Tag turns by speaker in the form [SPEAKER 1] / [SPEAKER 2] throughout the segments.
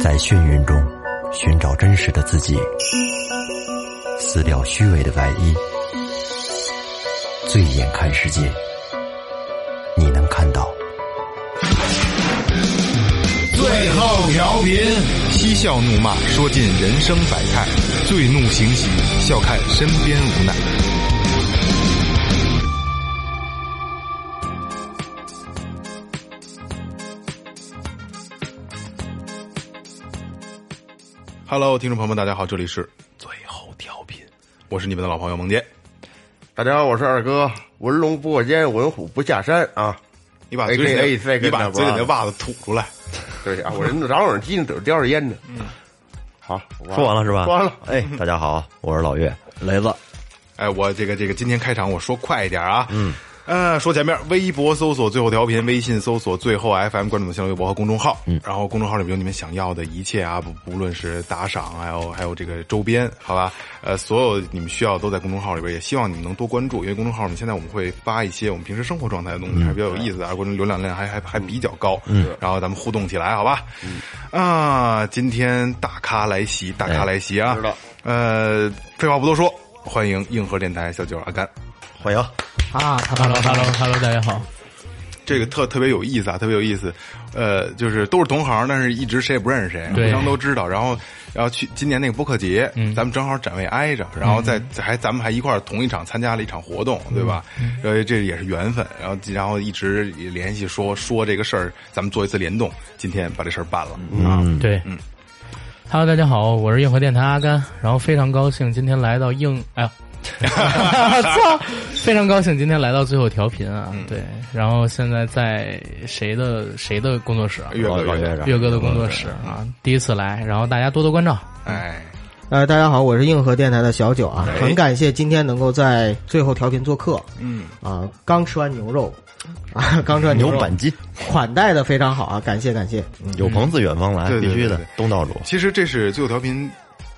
[SPEAKER 1] 在眩晕中寻找真实的自己，撕掉虚伪的外衣，醉眼看世界，你能看到。
[SPEAKER 2] 最后调频，
[SPEAKER 3] 嬉笑怒骂，说尽人生百态；醉怒行喜，笑看身边无奈。Hello，听众朋友们，大家好，这里是最后调频，我是你们的老朋友梦杰。
[SPEAKER 4] 大家好，我是二哥，文龙不过肩，文虎不下山啊！
[SPEAKER 3] 你把嘴
[SPEAKER 4] 哎
[SPEAKER 3] 里
[SPEAKER 4] 可以可
[SPEAKER 3] 那
[SPEAKER 4] 以
[SPEAKER 3] 你把
[SPEAKER 4] 可以
[SPEAKER 3] 嘴里那袜子吐出来。
[SPEAKER 4] 对啊，我人嚷嚷鸡呢，嘴叼着烟呢。好，
[SPEAKER 1] 说完了是吧？
[SPEAKER 4] 说完了。
[SPEAKER 1] 哎，大家好，我是老岳，雷子。
[SPEAKER 3] 哎，我这个这个今天开场我说快一点啊，嗯，呃，说前面，微博搜索最后调频，微信搜索最后 FM，关注我们新浪微博和公众号，嗯，然后公众号里面有你们想要的一切啊，不不论是打赏，还有还有这个周边，好吧，呃，所有你们需要都在公众号里边，也希望你们能多关注，因为公众号我们现在我们会发一些我们平时生活状态的东西，还比较有意思的，而关注浏览量还还还比较高，嗯，然后咱们互动起来，好吧，啊，今天大咖来袭，大咖来
[SPEAKER 1] 哎
[SPEAKER 3] 袭啊，
[SPEAKER 4] 知道
[SPEAKER 3] 呃，废话不多说，欢迎硬核电台小九阿甘。
[SPEAKER 1] 欢迎，
[SPEAKER 5] 啊，hello hello hello，大家好。
[SPEAKER 3] 这个特特别有意思啊，特别有意思，呃，就是都是同行，但是一直谁也不认识谁，互
[SPEAKER 5] 对
[SPEAKER 3] 相都知道。然后，然后去今年那个播客节，咱们正好展位挨着，然后在还咱们还一块儿同一场参加了一场活动，对吧？所以这也是缘分。然后然后一直也联系说说这个事儿，咱们做一次联动。今天把这事儿办了，
[SPEAKER 1] 嗯，
[SPEAKER 5] 对，
[SPEAKER 3] 嗯
[SPEAKER 5] h e l l o 大家好，我是硬核电台阿甘，然后非常高兴今天来到硬，哎呀， 操，非常高兴今天来到最后调频啊，
[SPEAKER 3] 嗯
[SPEAKER 5] 对，然后现在在谁的谁的工作室啊？
[SPEAKER 3] 岳
[SPEAKER 1] 老
[SPEAKER 3] 哥
[SPEAKER 1] 老岳
[SPEAKER 3] 岳哥，
[SPEAKER 1] 是吧
[SPEAKER 5] 岳哥的工作室啊，第一次来，然后大家多多关照。
[SPEAKER 3] 哎，
[SPEAKER 6] 呃，大家好，我是硬核电台的小九啊
[SPEAKER 3] 哎，
[SPEAKER 6] 很感谢今天能够在最后调频做客
[SPEAKER 3] 嗯，
[SPEAKER 6] 啊，刚吃完牛肉啊，刚吃完
[SPEAKER 1] 牛
[SPEAKER 6] 肉，
[SPEAKER 1] 板筋，
[SPEAKER 6] 款待的非常好啊，感谢感谢。
[SPEAKER 1] 有朋自远方来，
[SPEAKER 3] 对对
[SPEAKER 1] 必须的
[SPEAKER 3] 对对，
[SPEAKER 1] 东道主。
[SPEAKER 3] 其实这是最后调频。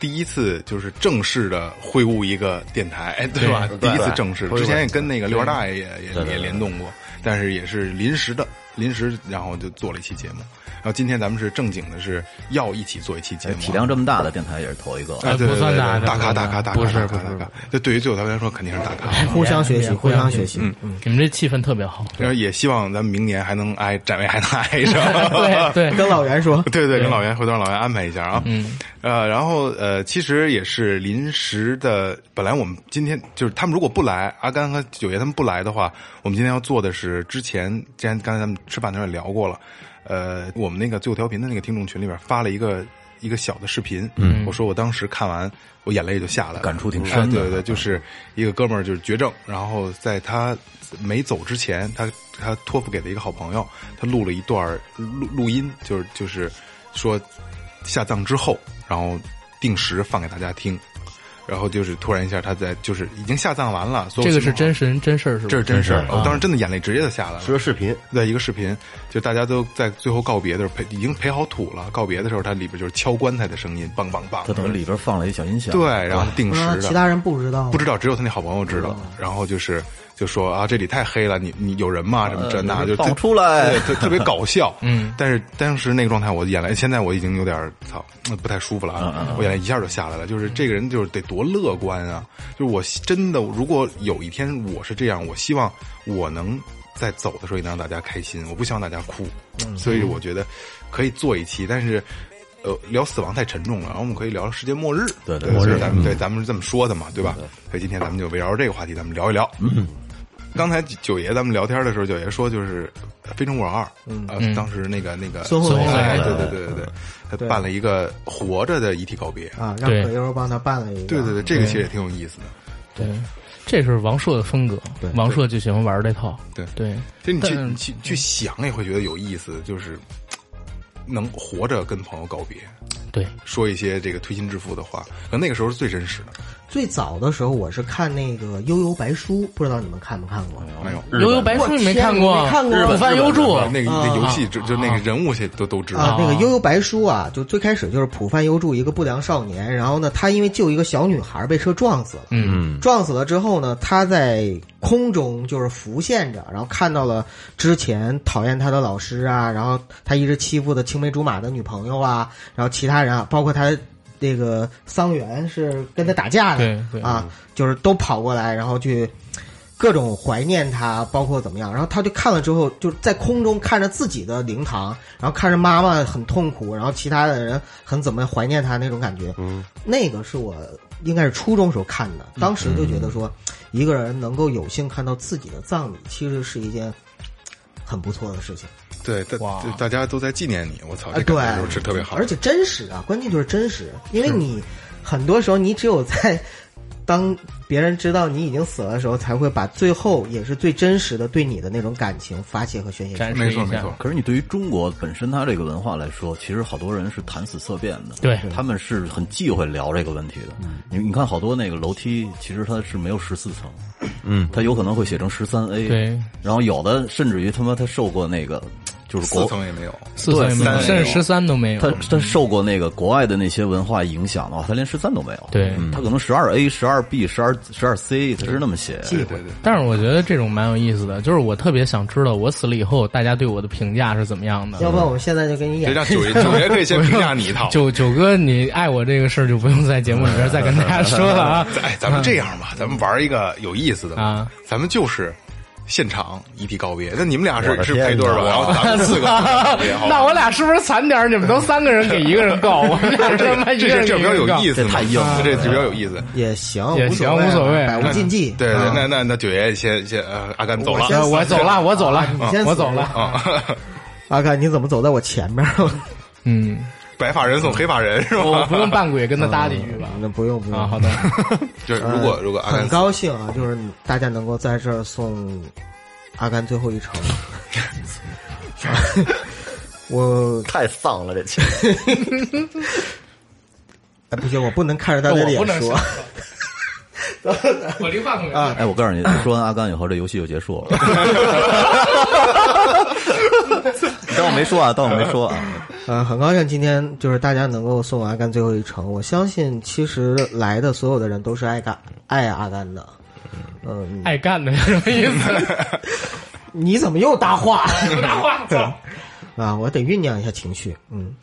[SPEAKER 3] 第一次就是正式的会晤一个电台，哎对吧？第
[SPEAKER 4] 对
[SPEAKER 3] 一次正式，
[SPEAKER 4] 对
[SPEAKER 3] 之前也跟那个六二大爷也也
[SPEAKER 1] 对对
[SPEAKER 3] 也联动过，但是也是临时的，临时然后就做了一期节目。然后今天咱们是正经的，是要一起做一期节目。
[SPEAKER 7] 体量这么大的电台也是头一个，
[SPEAKER 3] 哎，
[SPEAKER 5] 哎
[SPEAKER 3] 对
[SPEAKER 5] 不算
[SPEAKER 3] 对对
[SPEAKER 5] 大
[SPEAKER 3] 对大咖
[SPEAKER 5] 不
[SPEAKER 3] 大
[SPEAKER 5] 算
[SPEAKER 3] 咖大
[SPEAKER 5] 大
[SPEAKER 3] 咖，
[SPEAKER 5] 不是
[SPEAKER 3] 大咖
[SPEAKER 5] 不是
[SPEAKER 3] 大咖。对，对于最后调频来说肯定是大咖。
[SPEAKER 6] 互相学习，
[SPEAKER 5] 也
[SPEAKER 6] 互相学习。
[SPEAKER 5] 嗯嗯，你们这气氛特别好。
[SPEAKER 3] 然后也希望咱们明年还能挨展位，还能挨上。
[SPEAKER 5] 对 对，
[SPEAKER 6] 跟老袁说，
[SPEAKER 3] 对对，跟老袁回头让老袁安排一下啊。
[SPEAKER 5] 嗯，
[SPEAKER 3] 呃，然后呃，其实也是临时的。本来我们今天就是他们如果不来，阿甘和九爷他们不来的话，我们今天要做的是之前，之前刚才咱们吃饭的时候也聊过了。呃，我们那个最后调频的那个听众群里边发了一个一个小的视频，嗯，我说我当时看完，我眼泪就下来了，
[SPEAKER 7] 感触挺
[SPEAKER 3] 哎
[SPEAKER 7] 深的
[SPEAKER 3] 对对，就是一个哥们儿就是绝症，然后在他没走之前，他他托付给了一个好朋友，他录了一段儿录录音，就是就是说下葬之后，然后定时放给大家听，然后就是突然一下他在就是已经下葬完了，所有
[SPEAKER 5] 这个
[SPEAKER 3] 情
[SPEAKER 5] 是
[SPEAKER 3] 况
[SPEAKER 5] 真，实人真事儿是吧？
[SPEAKER 3] 这是真事儿哦
[SPEAKER 1] 真，事儿
[SPEAKER 7] 啊
[SPEAKER 3] 我当时真的眼泪直接就下来了，
[SPEAKER 4] 是个视频，
[SPEAKER 3] 在一个视频，就大家都在最后告别的时候陪已经陪好土了，告别的时候，它里边就是敲棺材的声音，梆梆梆
[SPEAKER 7] 它等于里边放了一小音响。
[SPEAKER 3] 对，然后定时
[SPEAKER 6] 啊，
[SPEAKER 3] 的，
[SPEAKER 6] 其他人不知道，
[SPEAKER 3] 不知道，只有他那好朋友知道。然后就是就说啊，这里太黑了，你你有人吗？什么这那，就
[SPEAKER 7] 放
[SPEAKER 3] 特
[SPEAKER 7] 出来
[SPEAKER 3] 对，特特别搞笑。
[SPEAKER 5] 嗯，
[SPEAKER 3] 但是当时那个状态，我眼泪，现在我已经有点儿操不太舒服了啊，我眼泪一下就下来了。就是这个人就是得多乐观啊！就是我真的，如果有一天我是这样，我希望我能。在走的时候也能让大家开心，我不希望大家哭，所以我觉得可以做一期，但是呃，聊死亡太沉重了，然后我们可以聊世界末日，
[SPEAKER 7] 对
[SPEAKER 3] 对，
[SPEAKER 7] 对
[SPEAKER 3] 所以咱们对咱们是这嗯么说的嘛，对吧？所以今天咱们就围绕着这个话题，咱们聊一聊。嗯，刚才九爷咱们聊天的时候，九爷说就是《非诚勿扰二》，呃，当时那个那个
[SPEAKER 6] 孙
[SPEAKER 5] 嗯孙
[SPEAKER 6] 红
[SPEAKER 5] 红
[SPEAKER 6] 雷
[SPEAKER 3] 哎，
[SPEAKER 5] 雷
[SPEAKER 3] 对对对对对，他
[SPEAKER 6] 对
[SPEAKER 3] 办了一个活着的遗体告别，
[SPEAKER 6] 啊，让
[SPEAKER 5] 对
[SPEAKER 6] 葛优帮他办了一个。
[SPEAKER 3] 对对对，这个其实
[SPEAKER 5] 嗯
[SPEAKER 3] 也挺有意思的。
[SPEAKER 5] 对，这是王朔的风格，王朔就喜欢玩这套。
[SPEAKER 3] 对
[SPEAKER 5] 对，
[SPEAKER 3] 其实你去
[SPEAKER 5] 但
[SPEAKER 3] 你去去想也会觉得有意思，就是能活着跟朋友告别，
[SPEAKER 5] 对，
[SPEAKER 3] 说一些这个推心置腹的话，可能那个时候是最真实的。
[SPEAKER 6] 最早的时候我是看那个《悠悠白书》，不知道你们看没看过？
[SPEAKER 3] 哎呦，
[SPEAKER 5] 悠悠白书你没
[SPEAKER 6] 天
[SPEAKER 5] 看过？
[SPEAKER 6] 没看过
[SPEAKER 5] 午饭优助
[SPEAKER 3] 啊那个那游戏就就那个人物戏都都知道
[SPEAKER 6] 啊，，那个《悠悠白书》啊，就最开始就是浦饭优助一个不良少年，然后呢，他因为救一个小女孩被车撞死了，
[SPEAKER 5] 嗯，
[SPEAKER 6] 撞死了之后呢，他在空中就是浮现着，然后看到了之前讨厌他的老师啊，然后他一直欺负的青梅竹马的女朋友啊，然后其他人啊，包括他那个桑园是跟他打架的
[SPEAKER 5] 对对
[SPEAKER 6] 啊，就是都跑过来，然后去各种怀念他，包括怎么样。然后他就看了之后，就是在空中看着自己的灵堂，然后看着妈妈很痛苦，然后其他的人很怎么怀念他那种感觉。嗯，那个是我应该是初中时候看的，当时就觉得说，一个人能够有幸看到自己的葬礼，其实是一件很不错的事情。
[SPEAKER 3] 对，大
[SPEAKER 5] 哇
[SPEAKER 3] 对大家都在纪念你，我操，
[SPEAKER 6] 啊，
[SPEAKER 3] 这
[SPEAKER 6] 对
[SPEAKER 3] 感觉就是特别好。
[SPEAKER 6] 而且真实啊，关键就是真实，因为你很多时候你只有在当别人知道你已经死了的时候，才会把最后也是最真实的对你的那种感情发泄和宣泄出来。
[SPEAKER 5] 展示
[SPEAKER 3] 没错
[SPEAKER 5] 一
[SPEAKER 3] 没
[SPEAKER 5] 下
[SPEAKER 3] 错，
[SPEAKER 7] 可是你对于中国本身它这个文化来说，其实好多人是谈死色变的，
[SPEAKER 5] 对嗯
[SPEAKER 7] 他们是很忌讳聊这个问题的。你你看，好多那个楼梯其实它是没有十四层，嗯，它有可能会写成十三 A，
[SPEAKER 5] 对，
[SPEAKER 7] 然后有的甚至于他妈他受过那个就是
[SPEAKER 3] 四
[SPEAKER 7] 国
[SPEAKER 3] 层也没有，
[SPEAKER 5] 四层也没有，
[SPEAKER 3] 对
[SPEAKER 5] 甚至十三都没有。
[SPEAKER 7] 他他受过那个国外的那些文化影响的话，他连十三都没有。
[SPEAKER 5] 对
[SPEAKER 7] 嗯他可能十二 A、十二 B、十二十二 C，他是那么写。
[SPEAKER 5] 嗯
[SPEAKER 3] 对对对，
[SPEAKER 5] 但是我觉得这种蛮有意思的，就是我特别想知道我死了以后，大家对我的评价是怎么样的。
[SPEAKER 6] 要不然我们现在就给你
[SPEAKER 3] 这
[SPEAKER 6] 演
[SPEAKER 3] 让九爷九爷可以先评价你一套。
[SPEAKER 5] 九九哥，你爱我这个事儿就不用在节目里边再跟大家说 了啊。
[SPEAKER 3] 哎，咱们这样吧，咱们玩一个有意思的吧
[SPEAKER 5] 啊，
[SPEAKER 3] 咱们就是现场遗体告别。那你们俩是
[SPEAKER 7] 我的
[SPEAKER 3] 是
[SPEAKER 7] 天
[SPEAKER 3] 配对吧？
[SPEAKER 7] 哪
[SPEAKER 3] 然后咱们四个告别，好吧
[SPEAKER 5] 那我俩是不是惨点儿？你们都三个人给一个人告，我们俩他妈一
[SPEAKER 3] 这
[SPEAKER 5] 个人
[SPEAKER 3] 这这
[SPEAKER 5] 给
[SPEAKER 3] 比
[SPEAKER 5] 一
[SPEAKER 3] 较
[SPEAKER 5] 个
[SPEAKER 3] 有
[SPEAKER 5] 人告
[SPEAKER 3] 意思嘛，
[SPEAKER 7] 这太硬了
[SPEAKER 3] 这这比较有意思。
[SPEAKER 6] 也行，
[SPEAKER 5] 也行无所谓
[SPEAKER 6] 百无禁忌。
[SPEAKER 3] 对对
[SPEAKER 6] 啊，
[SPEAKER 3] 那那那九爷先先呃，阿甘走了
[SPEAKER 6] 我先
[SPEAKER 5] 呃我走了，我走了
[SPEAKER 6] 你先，
[SPEAKER 5] 我
[SPEAKER 6] 死
[SPEAKER 5] 走了。
[SPEAKER 3] 啊，
[SPEAKER 6] 阿甘，你怎么走在我前面？
[SPEAKER 5] 嗯，
[SPEAKER 3] 白发人送黑发人是
[SPEAKER 5] 我
[SPEAKER 3] 吧？
[SPEAKER 5] 不用扮鬼跟他搭几句吧。
[SPEAKER 6] 那不用不用
[SPEAKER 5] 啊，好的，
[SPEAKER 3] 就是如果如果阿
[SPEAKER 6] 很
[SPEAKER 3] 甘死
[SPEAKER 6] 高兴啊，就是大家能够在这儿送阿甘最后一程。 我
[SPEAKER 4] 太丧了，这期
[SPEAKER 6] 哎不行，我不能看着他
[SPEAKER 3] 哦
[SPEAKER 6] 的
[SPEAKER 5] 我
[SPEAKER 6] 脸
[SPEAKER 5] 不能
[SPEAKER 6] 说。
[SPEAKER 5] 我离扮鬼
[SPEAKER 7] 哎，我告诉你，说完阿甘以后，这游戏就结束了。当我没说啊，当我没说啊。
[SPEAKER 6] 呃，很高兴今天就是大家能够送阿甘最后一程。我相信其实来的所有的人都是爱甘爱阿甘的。嗯、
[SPEAKER 5] 爱干的是什么意思？
[SPEAKER 6] 你怎么又搭话？
[SPEAKER 5] 搭 话，操！
[SPEAKER 6] 啊，我得酝酿一下情绪。嗯，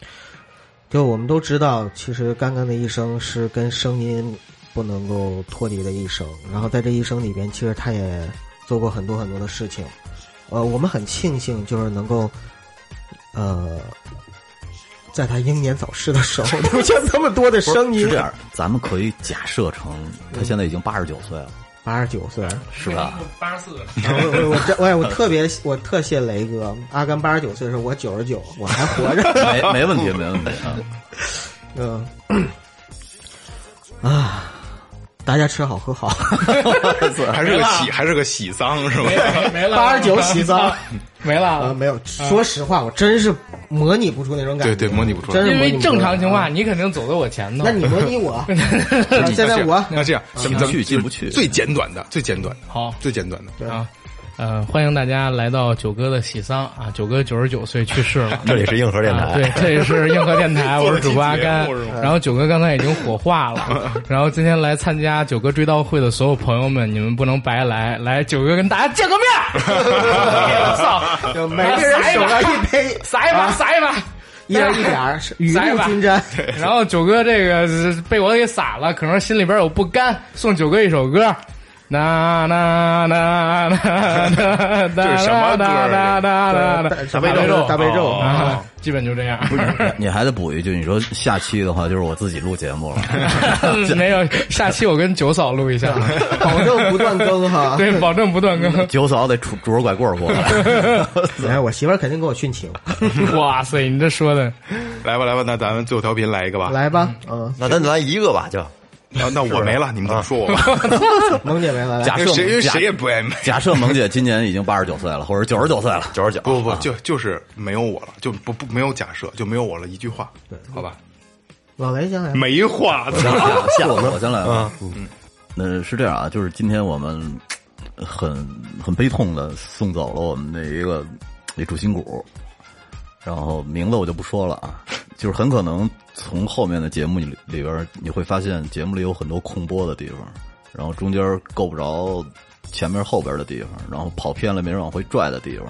[SPEAKER 6] 就我们都知道，其实甘甘的一生是跟声音不能够脱离的一生。然后在这一生里边，其实他也做过很多很多的事情。呃，我们很庆幸，就是能够，呃，在他英年早逝的时候，留下这么多的声音。
[SPEAKER 7] 是这样，咱们可以假设成他现在已经八十九岁了，
[SPEAKER 6] 八十九岁。
[SPEAKER 7] 是吧？？
[SPEAKER 5] 八十四，
[SPEAKER 6] 啊 我我我这我我特别我特谢雷哥，阿甘八十九岁的时候我九十九，我还活 着。
[SPEAKER 7] 没没问题，没问题啊。
[SPEAKER 6] 嗯，啊，大家吃好喝好，
[SPEAKER 3] 还是个喜还是个喜丧 是吧？
[SPEAKER 5] 没了，
[SPEAKER 6] 八十九喜丧
[SPEAKER 5] 没
[SPEAKER 6] 啊，
[SPEAKER 5] 了。
[SPEAKER 6] 没有，说实话，我真是模拟不出那种感
[SPEAKER 3] 对
[SPEAKER 6] 觉，
[SPEAKER 3] 对，模拟不出来
[SPEAKER 6] 真。是
[SPEAKER 5] 因
[SPEAKER 6] 模拟
[SPEAKER 5] 为
[SPEAKER 6] 不出
[SPEAKER 5] 正常情，况，你肯定走在我前头。
[SPEAKER 6] 那你模拟我，啊现在 我
[SPEAKER 3] 那这样，咱们咱们
[SPEAKER 7] 进不去进不去
[SPEAKER 3] 最简短的，最简短的，
[SPEAKER 5] 好
[SPEAKER 3] 最简短的。
[SPEAKER 7] 嗯
[SPEAKER 5] 啊，呃，欢迎大家来到九哥的喜丧啊！九哥九十九岁去世了，
[SPEAKER 7] 这里是硬核电台
[SPEAKER 5] 啊，对，这里是硬核 电台，我是主播阿甘
[SPEAKER 3] 做了期节目是。
[SPEAKER 5] 然后九哥刚才已经火化 了，然后今天来参加九哥追悼会的所有朋友们，你们不能白来，来九哥跟大家见个面 儿。哎我操，
[SPEAKER 6] 就每个人手上一杯，
[SPEAKER 5] 撒一把，撒一把。
[SPEAKER 6] 一人一点儿，雨
[SPEAKER 5] 撒一
[SPEAKER 6] 露
[SPEAKER 5] 把
[SPEAKER 6] 均沾。
[SPEAKER 5] 然后九哥这个是被我给撒了，可能心里边有不甘，送九哥一首歌。那那那那 那
[SPEAKER 3] 这是什么歌
[SPEAKER 5] 那那那那那
[SPEAKER 6] 大悲咒，大悲咒，
[SPEAKER 3] 哦
[SPEAKER 5] 啊，基本就这样。
[SPEAKER 7] 你还得补一句，你说下期的话就是我自己录节目了。
[SPEAKER 5] 没有，下期我跟九嫂 录一下，
[SPEAKER 6] 保证不断更哈。
[SPEAKER 5] 对，保证不断更。
[SPEAKER 7] 九嫂得拄拄着拐棍儿过来。
[SPEAKER 6] 哎，我媳妇儿肯定给我殉情，
[SPEAKER 5] 哇塞，你这说的，
[SPEAKER 3] 来吧来吧，那咱们最后调频来一个吧。
[SPEAKER 6] 来吧，嗯，
[SPEAKER 4] 那咱咱一个吧，就
[SPEAKER 3] 啊，那我没了，你们怎么说我吧？
[SPEAKER 6] 萌姐没来，来
[SPEAKER 7] 假
[SPEAKER 3] 因
[SPEAKER 7] 设
[SPEAKER 3] 为谁因为
[SPEAKER 7] 假
[SPEAKER 3] 谁也不爱买。
[SPEAKER 7] 假设萌姐今年已经八十九岁了，或者九十九岁了，九十九
[SPEAKER 3] 不不不，就就是没有我了，就不不没有假设，就没有我了，一句话，对，好吧，
[SPEAKER 6] 老雷先来，
[SPEAKER 3] 没话，
[SPEAKER 7] 我先来啊，下我我先来啊。嗯，那是这样啊，就是今天我们呃很很悲痛的送走了我们的一个那主心骨，然后名字我就不说了啊，就是很可能从后面的节目里里边儿你会发现节目里有很多空播的地方，然后中间够不着前面后边的地方，然后跑偏了没人往回拽的地方。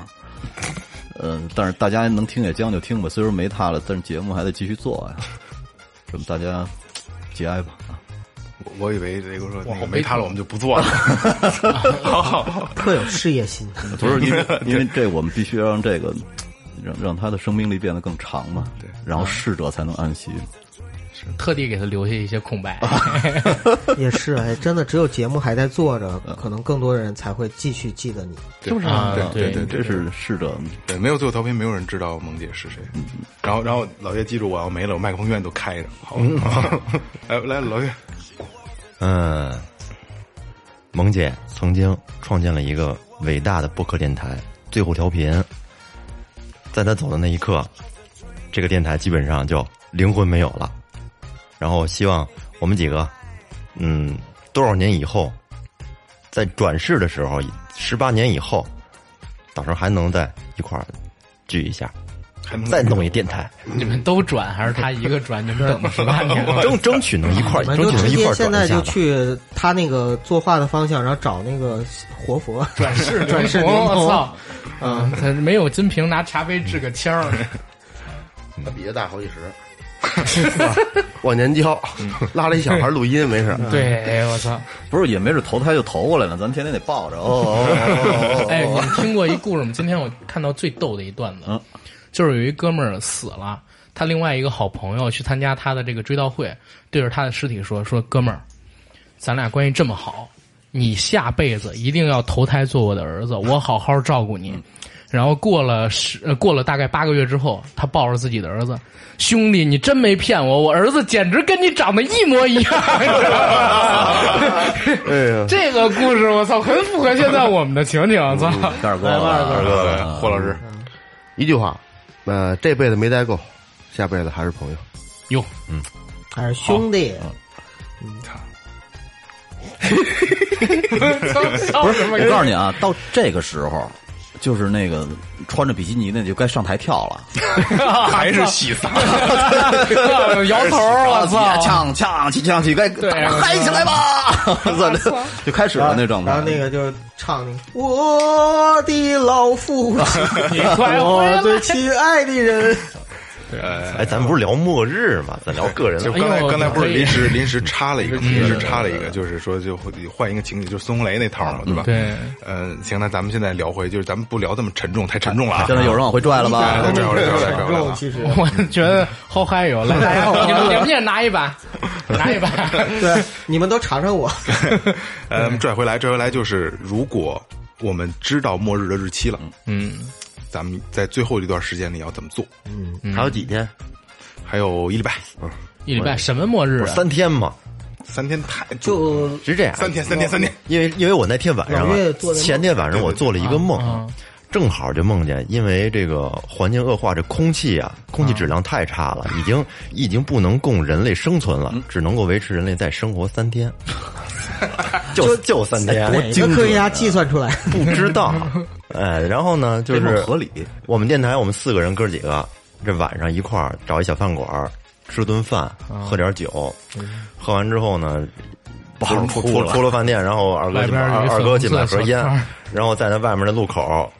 [SPEAKER 7] 嗯、但是大家能听也将就听吧，虽说没他了，但是节目还得继续做呀。这么大家节哀吧。啊
[SPEAKER 3] 我我以为雷哥说那
[SPEAKER 5] 好
[SPEAKER 3] 个
[SPEAKER 5] 悲
[SPEAKER 3] 没他了我们就不做了，好好好，
[SPEAKER 6] 特有事 业心。
[SPEAKER 7] 不是因为因为这我们必须要让这个让让他的生命力变得更长嘛，对，然后逝者才能安息。
[SPEAKER 5] 特地给他留下一些空 白。
[SPEAKER 6] 也是，哎，真的，只有节目还在做着，
[SPEAKER 1] 嗯
[SPEAKER 6] 可能更多的人才会继续记得你。
[SPEAKER 3] 对
[SPEAKER 5] 就是啊
[SPEAKER 3] 对
[SPEAKER 5] 对
[SPEAKER 3] 对
[SPEAKER 7] 这是逝者
[SPEAKER 3] 对，没有最后调频，没有人知道萌姐是谁。然后，然后老岳记住，我要没了，我麦克风永远都开着。好，来 来，老岳，
[SPEAKER 1] 嗯，萌姐曾经创建了一个伟大的播客电台“最后调频”。在她走的那一刻，这个电台基本上就灵魂没有了。然后希望我们几个，嗯，多少年以后，在转世的时候，十八年以后，到时候还能在一块儿聚一下，
[SPEAKER 3] 还能
[SPEAKER 1] 再弄一电台，
[SPEAKER 5] 你们都转还是他一个转？你们等十八 年了。
[SPEAKER 1] 争争取能一块儿，
[SPEAKER 6] 我
[SPEAKER 1] 哎
[SPEAKER 6] 们
[SPEAKER 1] 争
[SPEAKER 6] 就
[SPEAKER 1] 取能
[SPEAKER 6] 直
[SPEAKER 1] 一块
[SPEAKER 6] 接
[SPEAKER 1] 儿转
[SPEAKER 6] 现在
[SPEAKER 1] 一下
[SPEAKER 6] 就
[SPEAKER 1] 吧。
[SPEAKER 6] 去他那个作画的方向，然后找那个活佛。
[SPEAKER 5] 转 世
[SPEAKER 6] 转世
[SPEAKER 5] 我
[SPEAKER 6] 灵童
[SPEAKER 5] 操！嗯，他没有金瓶，拿茶杯掷个签儿。
[SPEAKER 4] 他比他大好几十，忘年交，拉了一小孩录音没事。，
[SPEAKER 5] 对，哎我操！
[SPEAKER 7] 不是也没准投胎就投过来了，咱天天得抱着哦哦哦哦哦。
[SPEAKER 5] 哎，你们听过一故事吗？今天我看到最逗的一段子
[SPEAKER 7] 嗯，
[SPEAKER 5] 就是有一哥们儿死了，他另外一个好朋友去参加他的这个追悼会，对着他的尸体说：“说哥们儿，咱俩关系这么好，你下辈子一定要投胎做我的儿子，我好好照顾你。”然后过了十，呃过了大概八个月之后，他抱着自己的儿子，兄弟，你真没骗我，我儿子简直跟你长得一模一样。这个故事，我操，很符合现在我们的情景，我操。
[SPEAKER 7] 哦二
[SPEAKER 5] 哎
[SPEAKER 7] 哥，二
[SPEAKER 3] 二哥来，呃霍老师，
[SPEAKER 4] 一句话，呃，这辈子没待够，下辈子还是朋友。
[SPEAKER 5] 哟，
[SPEAKER 6] 还是兄弟，
[SPEAKER 1] 哦
[SPEAKER 5] 不是什么
[SPEAKER 7] 我告诉你啊，到这个时候，就是那个穿着比基尼的就该上台跳了，
[SPEAKER 3] 还是喜丧，
[SPEAKER 5] 摇头儿，我 操！
[SPEAKER 7] 呛呛起呛起，该
[SPEAKER 5] 对
[SPEAKER 7] 大家嗨起 来吧，就开
[SPEAKER 1] 哦
[SPEAKER 7] 始了那状态。
[SPEAKER 6] 然后那个哦就是唱那个我的老父 亲，
[SPEAKER 5] 快回来
[SPEAKER 6] 我最亲爱的人。
[SPEAKER 1] 哎，咱不是聊末日吗？咱聊个人
[SPEAKER 3] 就刚才
[SPEAKER 5] 哎呦
[SPEAKER 3] 刚才不是
[SPEAKER 5] 可以
[SPEAKER 3] 临时临时插了一个，临时插了一个，就是说就会换一个情景，就是孙红雷那套嘛，对吧？
[SPEAKER 5] 对，
[SPEAKER 3] 嗯，行，那咱们现在聊回，就是咱们不聊这么沉重，太沉重了啊。哎
[SPEAKER 7] 现在有人往回拽了吧？
[SPEAKER 3] 对对对对对
[SPEAKER 6] 很重，其实
[SPEAKER 5] 我觉得好嗨哟！来，哎你们你们也拿一 把，拿一把。
[SPEAKER 6] 对，你们都尝 尝我。
[SPEAKER 3] 呃，拽回来，拽回来就是，如果我们知道末日的日期了，
[SPEAKER 5] 嗯，
[SPEAKER 3] 咱们在最后这段时间里要怎么做？
[SPEAKER 1] 嗯
[SPEAKER 4] 还有几天？
[SPEAKER 3] 还有一礼拜，
[SPEAKER 5] 一礼拜什么末日
[SPEAKER 1] 不
[SPEAKER 5] 啊
[SPEAKER 1] 是？三天嘛，
[SPEAKER 3] 三天太
[SPEAKER 6] 就
[SPEAKER 1] 只这样。哦
[SPEAKER 3] 三天，三天，三天。
[SPEAKER 1] 因为因为我那天晚上
[SPEAKER 6] 老
[SPEAKER 1] 啊
[SPEAKER 6] 岳做的，梦
[SPEAKER 1] 前天晚上我做了一个梦，
[SPEAKER 5] 啊
[SPEAKER 1] 正好就梦见，因为这个环境恶化，这空气啊，空气质量太差了，已经已经不能供人类生存了，只能够维持人类再生活三天，就就三天，
[SPEAKER 6] 哪个科学家计算出来？
[SPEAKER 1] 不知道。哎，然后呢，就
[SPEAKER 7] 这
[SPEAKER 1] 是
[SPEAKER 7] 梦合理。
[SPEAKER 1] 我们电台我们四个人哥几个，这晚上一块儿找一小饭馆儿吃顿饭，
[SPEAKER 5] 啊
[SPEAKER 1] 喝点酒，
[SPEAKER 5] 嗯
[SPEAKER 1] 喝完之后呢，出出出出了饭店，然后二哥
[SPEAKER 5] 外
[SPEAKER 1] 去
[SPEAKER 5] 边
[SPEAKER 1] 买
[SPEAKER 5] 有一
[SPEAKER 1] 二二
[SPEAKER 5] 粉
[SPEAKER 1] 哥
[SPEAKER 5] 红
[SPEAKER 1] 去
[SPEAKER 5] 色
[SPEAKER 1] 买
[SPEAKER 5] 的
[SPEAKER 1] 盒
[SPEAKER 5] 小
[SPEAKER 1] 烟
[SPEAKER 5] 摊儿，
[SPEAKER 1] 然后在那外面的路口，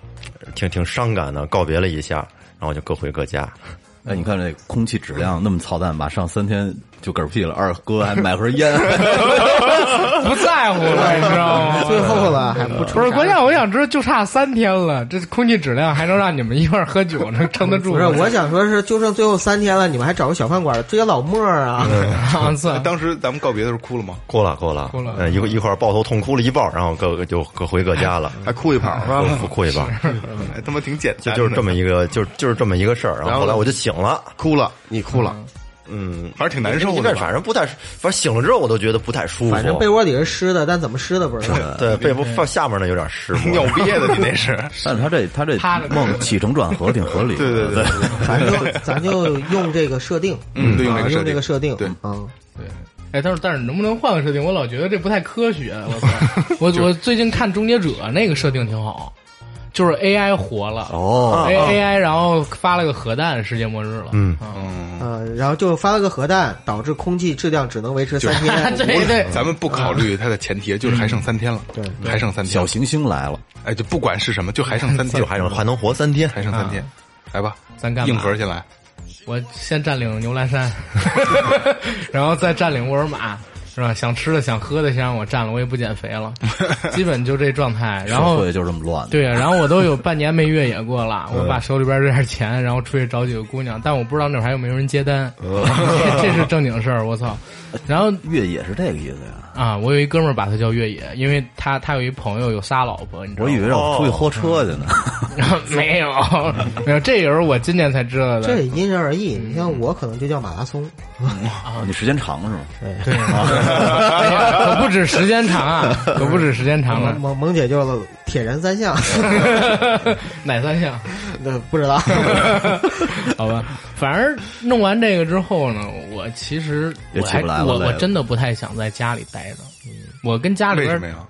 [SPEAKER 1] 挺挺伤感的告别了一下，然后就各回各家。
[SPEAKER 7] 哎，你看这空气质量那么操蛋，马上三天就嗝屁了。二哥还买盒烟，
[SPEAKER 5] 嗯不在乎了，你知道
[SPEAKER 1] 哦
[SPEAKER 5] 吗？ 嗯
[SPEAKER 6] 最后了还不出
[SPEAKER 5] 不是，
[SPEAKER 6] 啥
[SPEAKER 5] 关键我想知道，就差三天了，这空气质量还能让你们一块儿喝酒，能撑
[SPEAKER 1] 哦
[SPEAKER 5] 得住
[SPEAKER 6] 不
[SPEAKER 5] 吗？
[SPEAKER 6] 是，我想说是就剩最后三天了，你们还找个小饭馆追老莫儿啊？
[SPEAKER 5] 我操！
[SPEAKER 3] 当时咱们告别的时候哭了吗？
[SPEAKER 1] 哭了哭了，
[SPEAKER 5] 哭了
[SPEAKER 1] 嗯，一块一块儿抱头痛哭了一抱，然后各个就各回各 家了，
[SPEAKER 4] 还哭一跑是吧？
[SPEAKER 1] 不哭一抱，
[SPEAKER 3] 哎，他妈挺简
[SPEAKER 1] 就
[SPEAKER 3] 单的，
[SPEAKER 1] 就是这么一个，就就是这么一个事儿。然后后来我就醒了，
[SPEAKER 4] 哭了，你哭了，
[SPEAKER 1] 嗯，
[SPEAKER 3] 反正挺难受
[SPEAKER 1] 因
[SPEAKER 3] 的
[SPEAKER 1] 为
[SPEAKER 3] 吧。
[SPEAKER 1] 反正不太，反正醒了之后我都觉得不太舒服。
[SPEAKER 6] 反正被窝里是湿的，但怎么湿的不知道。
[SPEAKER 1] 对被窝放下面呢有点湿嘛，
[SPEAKER 3] 尿憋的，你那是
[SPEAKER 7] 但是他这他这
[SPEAKER 5] 趴着
[SPEAKER 7] 梦起承转合挺合理的。对对对，
[SPEAKER 6] 咱就咱就用这个设定，
[SPEAKER 3] 嗯对用这
[SPEAKER 6] 啊
[SPEAKER 3] 个设定
[SPEAKER 6] 用这个设定，
[SPEAKER 3] 对
[SPEAKER 6] 嗯，
[SPEAKER 5] 哎，但是但是能不能换个设定？我老觉得这不太科学。我操！我我最近看《终结者》那个设定挺好，就是 AI 活了
[SPEAKER 7] 哦
[SPEAKER 5] A AI 然后发了个核弹，世界末日了。
[SPEAKER 1] 嗯
[SPEAKER 6] 呃，然后就发了个核弹，导致空气质量只能维持三 天。
[SPEAKER 5] 对哎对，
[SPEAKER 3] 咱们不考虑它的前提，就是还剩三天了，对，还剩三天
[SPEAKER 7] 小
[SPEAKER 3] 了。
[SPEAKER 7] 行星来了，
[SPEAKER 3] 哎，就不管是什么，就还剩三天，嗯啊
[SPEAKER 1] 就还能还能活三天，
[SPEAKER 3] 还剩三天，来吧，
[SPEAKER 5] 咱干嘛
[SPEAKER 3] 硬核先来。
[SPEAKER 5] 我先占领牛栏山， 然后再占领沃尔玛，是吧？想吃的、想喝的，先让我占了，我也不减肥 了，基本就这状态。然
[SPEAKER 7] 社
[SPEAKER 5] 后
[SPEAKER 7] 会就嗯这么乱。，
[SPEAKER 5] 对，然后我都有半年没越野过了，我把手里边这点钱，然后出去找几个姑娘，但我不知道那会儿还有没有人接单，
[SPEAKER 7] 嗯
[SPEAKER 5] 这这是正经事儿，我操！然后
[SPEAKER 7] 越野是这个意思呀。
[SPEAKER 5] 啊，我有一哥们儿把他叫越野，因为他他有一朋友有仨老婆，你知道
[SPEAKER 7] 我
[SPEAKER 5] 吗？
[SPEAKER 7] 以为让我出去喝车去呢，
[SPEAKER 5] 没有没有，这也是我今年才知道的。
[SPEAKER 6] 这也因人而异，你像我可能就叫马拉松，
[SPEAKER 7] 你时间长是吗？
[SPEAKER 5] 哎呀可不止时间长啊，可不止时间
[SPEAKER 3] 嗯
[SPEAKER 5] 长 了。
[SPEAKER 6] 萌萌姐就铁人 三项，
[SPEAKER 5] 哪三项？
[SPEAKER 6] 那不知道。
[SPEAKER 5] 好吧，反正弄完这个之后呢，我其实
[SPEAKER 7] 也
[SPEAKER 5] 我
[SPEAKER 7] 起
[SPEAKER 5] 还
[SPEAKER 7] 不来了
[SPEAKER 5] 我
[SPEAKER 7] 累
[SPEAKER 5] 我
[SPEAKER 7] 了
[SPEAKER 5] 真的不太想在家里待着。嗯我跟家里
[SPEAKER 3] 为
[SPEAKER 5] 边
[SPEAKER 3] 什
[SPEAKER 5] 儿
[SPEAKER 3] 么呀？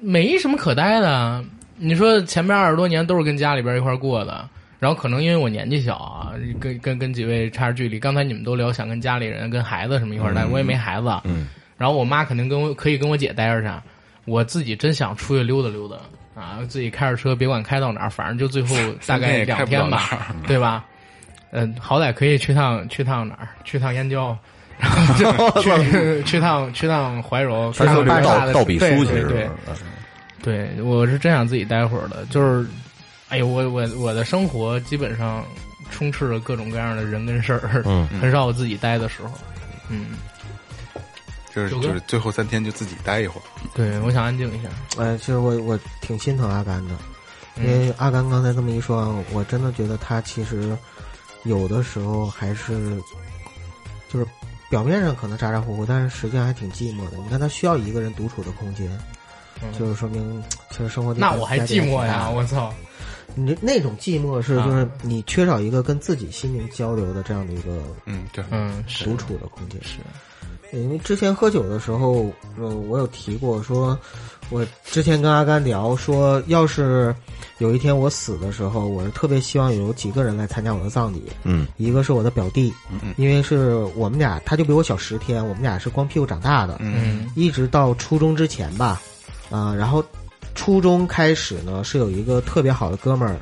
[SPEAKER 5] 没什么可待的。你说前面二十多年都是跟家里边一块儿过的，然后可能因为我年纪小啊，跟跟跟几位差着距离。刚才你们都聊想跟家里人、跟孩子什么一块儿待，我也没孩子。嗯。然后我妈肯定跟我可以跟我姐待着去，我自己真想出去溜达溜达啊，自己开着车，别管开到哪儿，反正就最后大概两天吧，对吧？嗯，好歹可以去趟去趟哪儿？去趟燕郊，然后就 去去趟去趟怀柔，去
[SPEAKER 7] 咱
[SPEAKER 5] 趟
[SPEAKER 7] 就
[SPEAKER 5] 大大
[SPEAKER 7] 倒
[SPEAKER 5] 的
[SPEAKER 7] 倒笔书
[SPEAKER 5] 对
[SPEAKER 7] 去
[SPEAKER 5] 对
[SPEAKER 7] 是
[SPEAKER 5] 对
[SPEAKER 7] 吧？嗯
[SPEAKER 5] 对，我是真想自己待会儿的，就是，哎呦，我我我的生活基本上充斥着各种各样的人跟事儿，
[SPEAKER 1] 嗯，
[SPEAKER 5] 很少有自己待的时候。嗯，
[SPEAKER 3] 就是
[SPEAKER 5] 九哥
[SPEAKER 3] 就是最后三天就自己待一会儿，
[SPEAKER 5] 对，我想安静一下。
[SPEAKER 6] 呃，其实我我挺心疼阿甘的，因
[SPEAKER 5] 嗯
[SPEAKER 6] 为阿甘刚才这么一说，我真的觉得他其实有的时候还是就是表面上可能咋咋呼呼，但是实际上还挺寂寞的。你看他需要一个人独处的空间，
[SPEAKER 5] 嗯
[SPEAKER 6] 就是说明其实生活
[SPEAKER 5] 那我还寂寞呀，我操！
[SPEAKER 6] 啊你这那种寂寞是
[SPEAKER 5] 啊
[SPEAKER 6] 就是你缺少一个跟自己心灵交流的这样的一个
[SPEAKER 3] 嗯，对，
[SPEAKER 5] 嗯，是
[SPEAKER 6] 独处的空间。
[SPEAKER 5] 是，
[SPEAKER 6] 因为之前喝酒的时候，呃，我有提过说，我之前跟阿甘聊说，要是有一天我死的时候，我是特别希望有几个人来参加我的葬礼。
[SPEAKER 1] 嗯，
[SPEAKER 6] 一个是我的表弟，因为是我们俩，他就比我小十天，我们俩是光屁股长大的，
[SPEAKER 5] 嗯
[SPEAKER 6] 一直到初中之前吧，啊、然后初中开始呢是有一个特别好的哥们儿，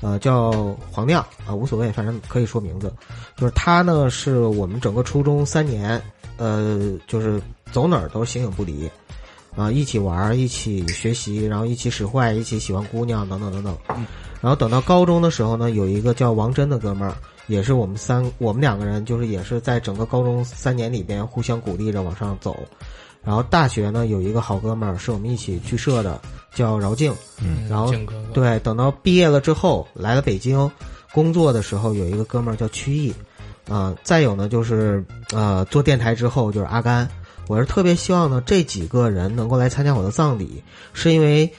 [SPEAKER 6] 呃，叫黄亮啊、无所谓，反正可以说名字，就是他呢是我们整个初中三年，呃，就是走哪儿都形影不离，啊、一起玩儿，一起学习，然后一起使坏，一起喜欢姑娘，等等等等。然后等到高中的时候呢，有一个叫王真的哥们儿，也是我们三我们两个人，就是也是在整个高中三年里边互相鼓励着往上走。然后大学呢，有一个好哥们儿是我们一起剧社的，叫饶静。
[SPEAKER 5] 嗯，
[SPEAKER 6] 然后
[SPEAKER 5] 靖哥哥，
[SPEAKER 6] 对，等到毕业了之后，来了北京工作的时候，有一个哥们儿叫曲艺，啊、再有呢就是呃做电台之后就是阿甘，我是特别希望呢这几个人能够来参加我的葬礼，是因为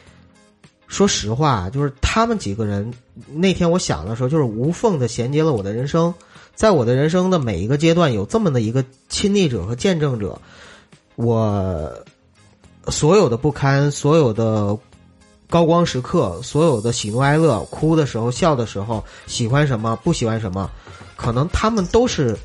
[SPEAKER 6] 说实话，就是他们几个人那天我想的时候，就是无缝的衔接了我的人生，在我的人生的每一个阶段，有这么的一个亲历者和见证者，我所有的不堪，所有的高光时刻，所有的喜怒哀乐，哭的时候、笑的时候，喜欢什么、不喜欢什么，可能他们都是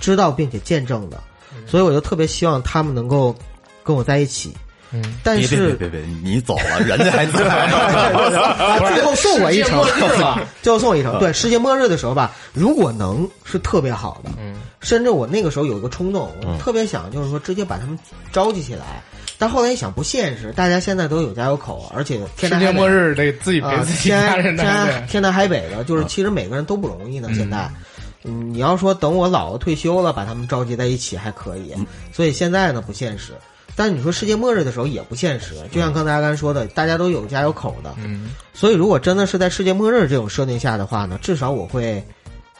[SPEAKER 6] 知道并且见证的，所以我就特别希望他们能够跟我在一起。
[SPEAKER 5] 嗯，
[SPEAKER 6] 但
[SPEAKER 7] 别别
[SPEAKER 6] 是
[SPEAKER 7] 别别别，你走了，人家还在。
[SPEAKER 6] 最后送我一程
[SPEAKER 5] 世界末日了，
[SPEAKER 6] 最后送我一程。对，世界末日的时候吧，如果能是特别好的，
[SPEAKER 5] 嗯
[SPEAKER 6] 甚至我那个时候有一个冲动，我特别想就是说直接把他们召集起来，但后来一想不现实，大家现在都有家有口，而且天
[SPEAKER 5] 世
[SPEAKER 6] 南
[SPEAKER 5] 界
[SPEAKER 6] 海北
[SPEAKER 5] 末日得自己陪
[SPEAKER 6] 啊，
[SPEAKER 5] 自己家人
[SPEAKER 6] 天
[SPEAKER 5] 嗯待
[SPEAKER 6] 南
[SPEAKER 5] 着。
[SPEAKER 6] 天南海北的，就是其实每个人都不容易呢。现在，嗯，你要说等我老了退休了，把他们召集在一起还可以，
[SPEAKER 5] 嗯
[SPEAKER 6] 所以现在呢不现实。但你说世界末日的时候也不现实，就像刚才阿甘说的，大家都有家有口的，
[SPEAKER 5] 嗯，
[SPEAKER 6] 所以如果真的是在世界末日这种设定下的话呢，至少我会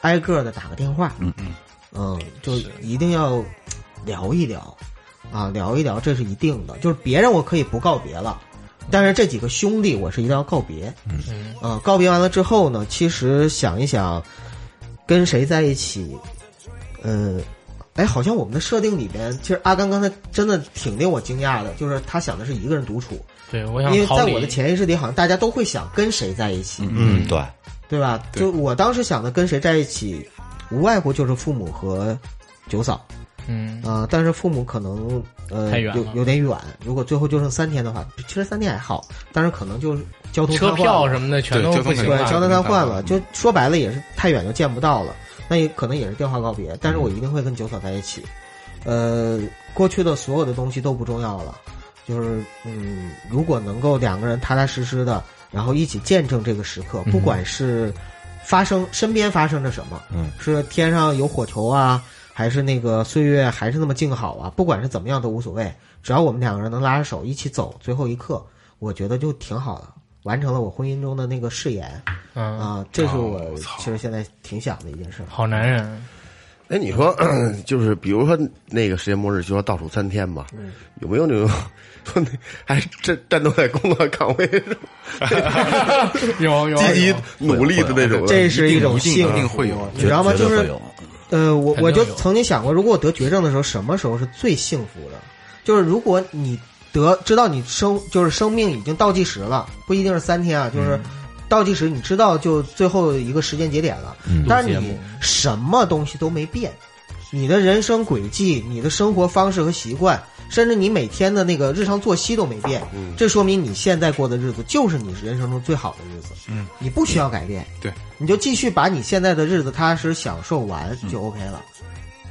[SPEAKER 6] 挨个的打个电话，嗯嗯，就一定要聊一聊啊，聊一聊，这是一定的。就是别人我可以不告别了，但是这几个兄弟我是一定要告别，
[SPEAKER 5] 嗯
[SPEAKER 6] 呃，告别完了之后呢，其实想一想，跟谁在一起，呃，哎，好像我们的设定里边，其实阿甘刚才真的挺令我惊讶的，就是他想的是一个人独处，
[SPEAKER 5] 对，我
[SPEAKER 6] 因
[SPEAKER 5] 想
[SPEAKER 6] 为
[SPEAKER 5] 逃
[SPEAKER 6] 在
[SPEAKER 5] 离
[SPEAKER 6] 我的潜意识里，好像大家都会想跟谁在一起，
[SPEAKER 1] 嗯，对，
[SPEAKER 6] 对吧？
[SPEAKER 3] 对
[SPEAKER 6] 就我当时想的跟谁在一起，无外乎就是父母和九嫂
[SPEAKER 5] 嗯，
[SPEAKER 6] 啊、但是父母可能呃
[SPEAKER 5] 太远
[SPEAKER 6] 有
[SPEAKER 5] 了
[SPEAKER 6] 有点远，如果最后就剩三天的话，其实三天还好，但是可能就是交通
[SPEAKER 5] 车
[SPEAKER 6] 瘫痪
[SPEAKER 5] 票
[SPEAKER 6] 了
[SPEAKER 5] 什么的全都
[SPEAKER 3] 对交通
[SPEAKER 5] 不
[SPEAKER 3] 肯
[SPEAKER 5] 行
[SPEAKER 3] 定
[SPEAKER 6] 对
[SPEAKER 3] 啊，
[SPEAKER 6] 交通
[SPEAKER 3] 没
[SPEAKER 6] 瘫
[SPEAKER 3] 办法
[SPEAKER 6] 痪了，就说白了也是太远就见不到了，那也可能也是电话告别，但是
[SPEAKER 5] 嗯
[SPEAKER 6] 我一定会跟九嫂在一起。呃，过去的所有的东西都不重要了，就是嗯，如果能够两个人踏踏实实的，然后一起见证这个时刻，
[SPEAKER 5] 嗯
[SPEAKER 6] 不管是发生身边发生着什么，
[SPEAKER 1] 嗯，
[SPEAKER 6] 是天上有火球啊，还是那个岁月还是那么静好啊，不管是怎么样都无所谓，只要我们两个人能拉着手一起走最后一刻，我觉得就挺好的，完成了我婚姻中的那个誓言。
[SPEAKER 5] 嗯，
[SPEAKER 6] 啊，这是
[SPEAKER 3] 哦
[SPEAKER 6] 我
[SPEAKER 3] 我操
[SPEAKER 6] 其实现在挺想的一件事儿。
[SPEAKER 5] 好男人，
[SPEAKER 4] 哎，你说 就是比如说那个世界末日就要倒数三天嘛，有没有那种 说那还战战斗在工作岗位上
[SPEAKER 5] 有有
[SPEAKER 4] 积极努力的那种的？
[SPEAKER 6] 这是一种幸
[SPEAKER 3] 一定
[SPEAKER 6] 福
[SPEAKER 3] 会有，
[SPEAKER 6] 你知道吗？
[SPEAKER 7] 绝
[SPEAKER 6] 就
[SPEAKER 7] 对会
[SPEAKER 6] 是
[SPEAKER 7] 有
[SPEAKER 6] 呃，我
[SPEAKER 5] 肯定
[SPEAKER 6] 我就
[SPEAKER 5] 有
[SPEAKER 6] 曾经想过，如果我得绝症的时候，什么时候是最幸福的？就是如果你得知道你生就是生命已经倒计时了，不一定是三天啊，就是倒计时，你知道就最后一个时间节点了，但是
[SPEAKER 5] 录节
[SPEAKER 6] 你
[SPEAKER 5] 目
[SPEAKER 6] 什么东西都没变，你的人生轨迹、你的生活方式和习惯，甚至你每天的那个日常作息都没变，这说明你现在过的日子就是你人生中最好的日子，
[SPEAKER 3] 嗯，
[SPEAKER 6] 你不需要改变，
[SPEAKER 3] 对，
[SPEAKER 6] 你就继续把你现在的日子踏踏实实享受完就 OK 了。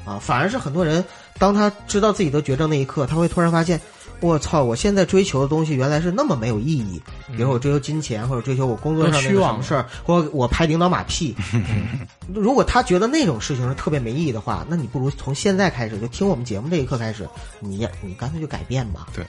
[SPEAKER 6] 啊，反而是很多人，当他知道自己得绝症那一刻，他会突然发现，我操，我现在追求的东西原来是那么没有意义。比如我追求金钱，或者追求我工作上的
[SPEAKER 5] 更虚
[SPEAKER 6] 什
[SPEAKER 5] 妄
[SPEAKER 6] 么事儿，或者我拍领导马屁。如果他觉得那种事情是特别没意义的话，那你不如从现在开始，就听我们节目这一刻开始，你你干脆就改变吧。
[SPEAKER 3] 对。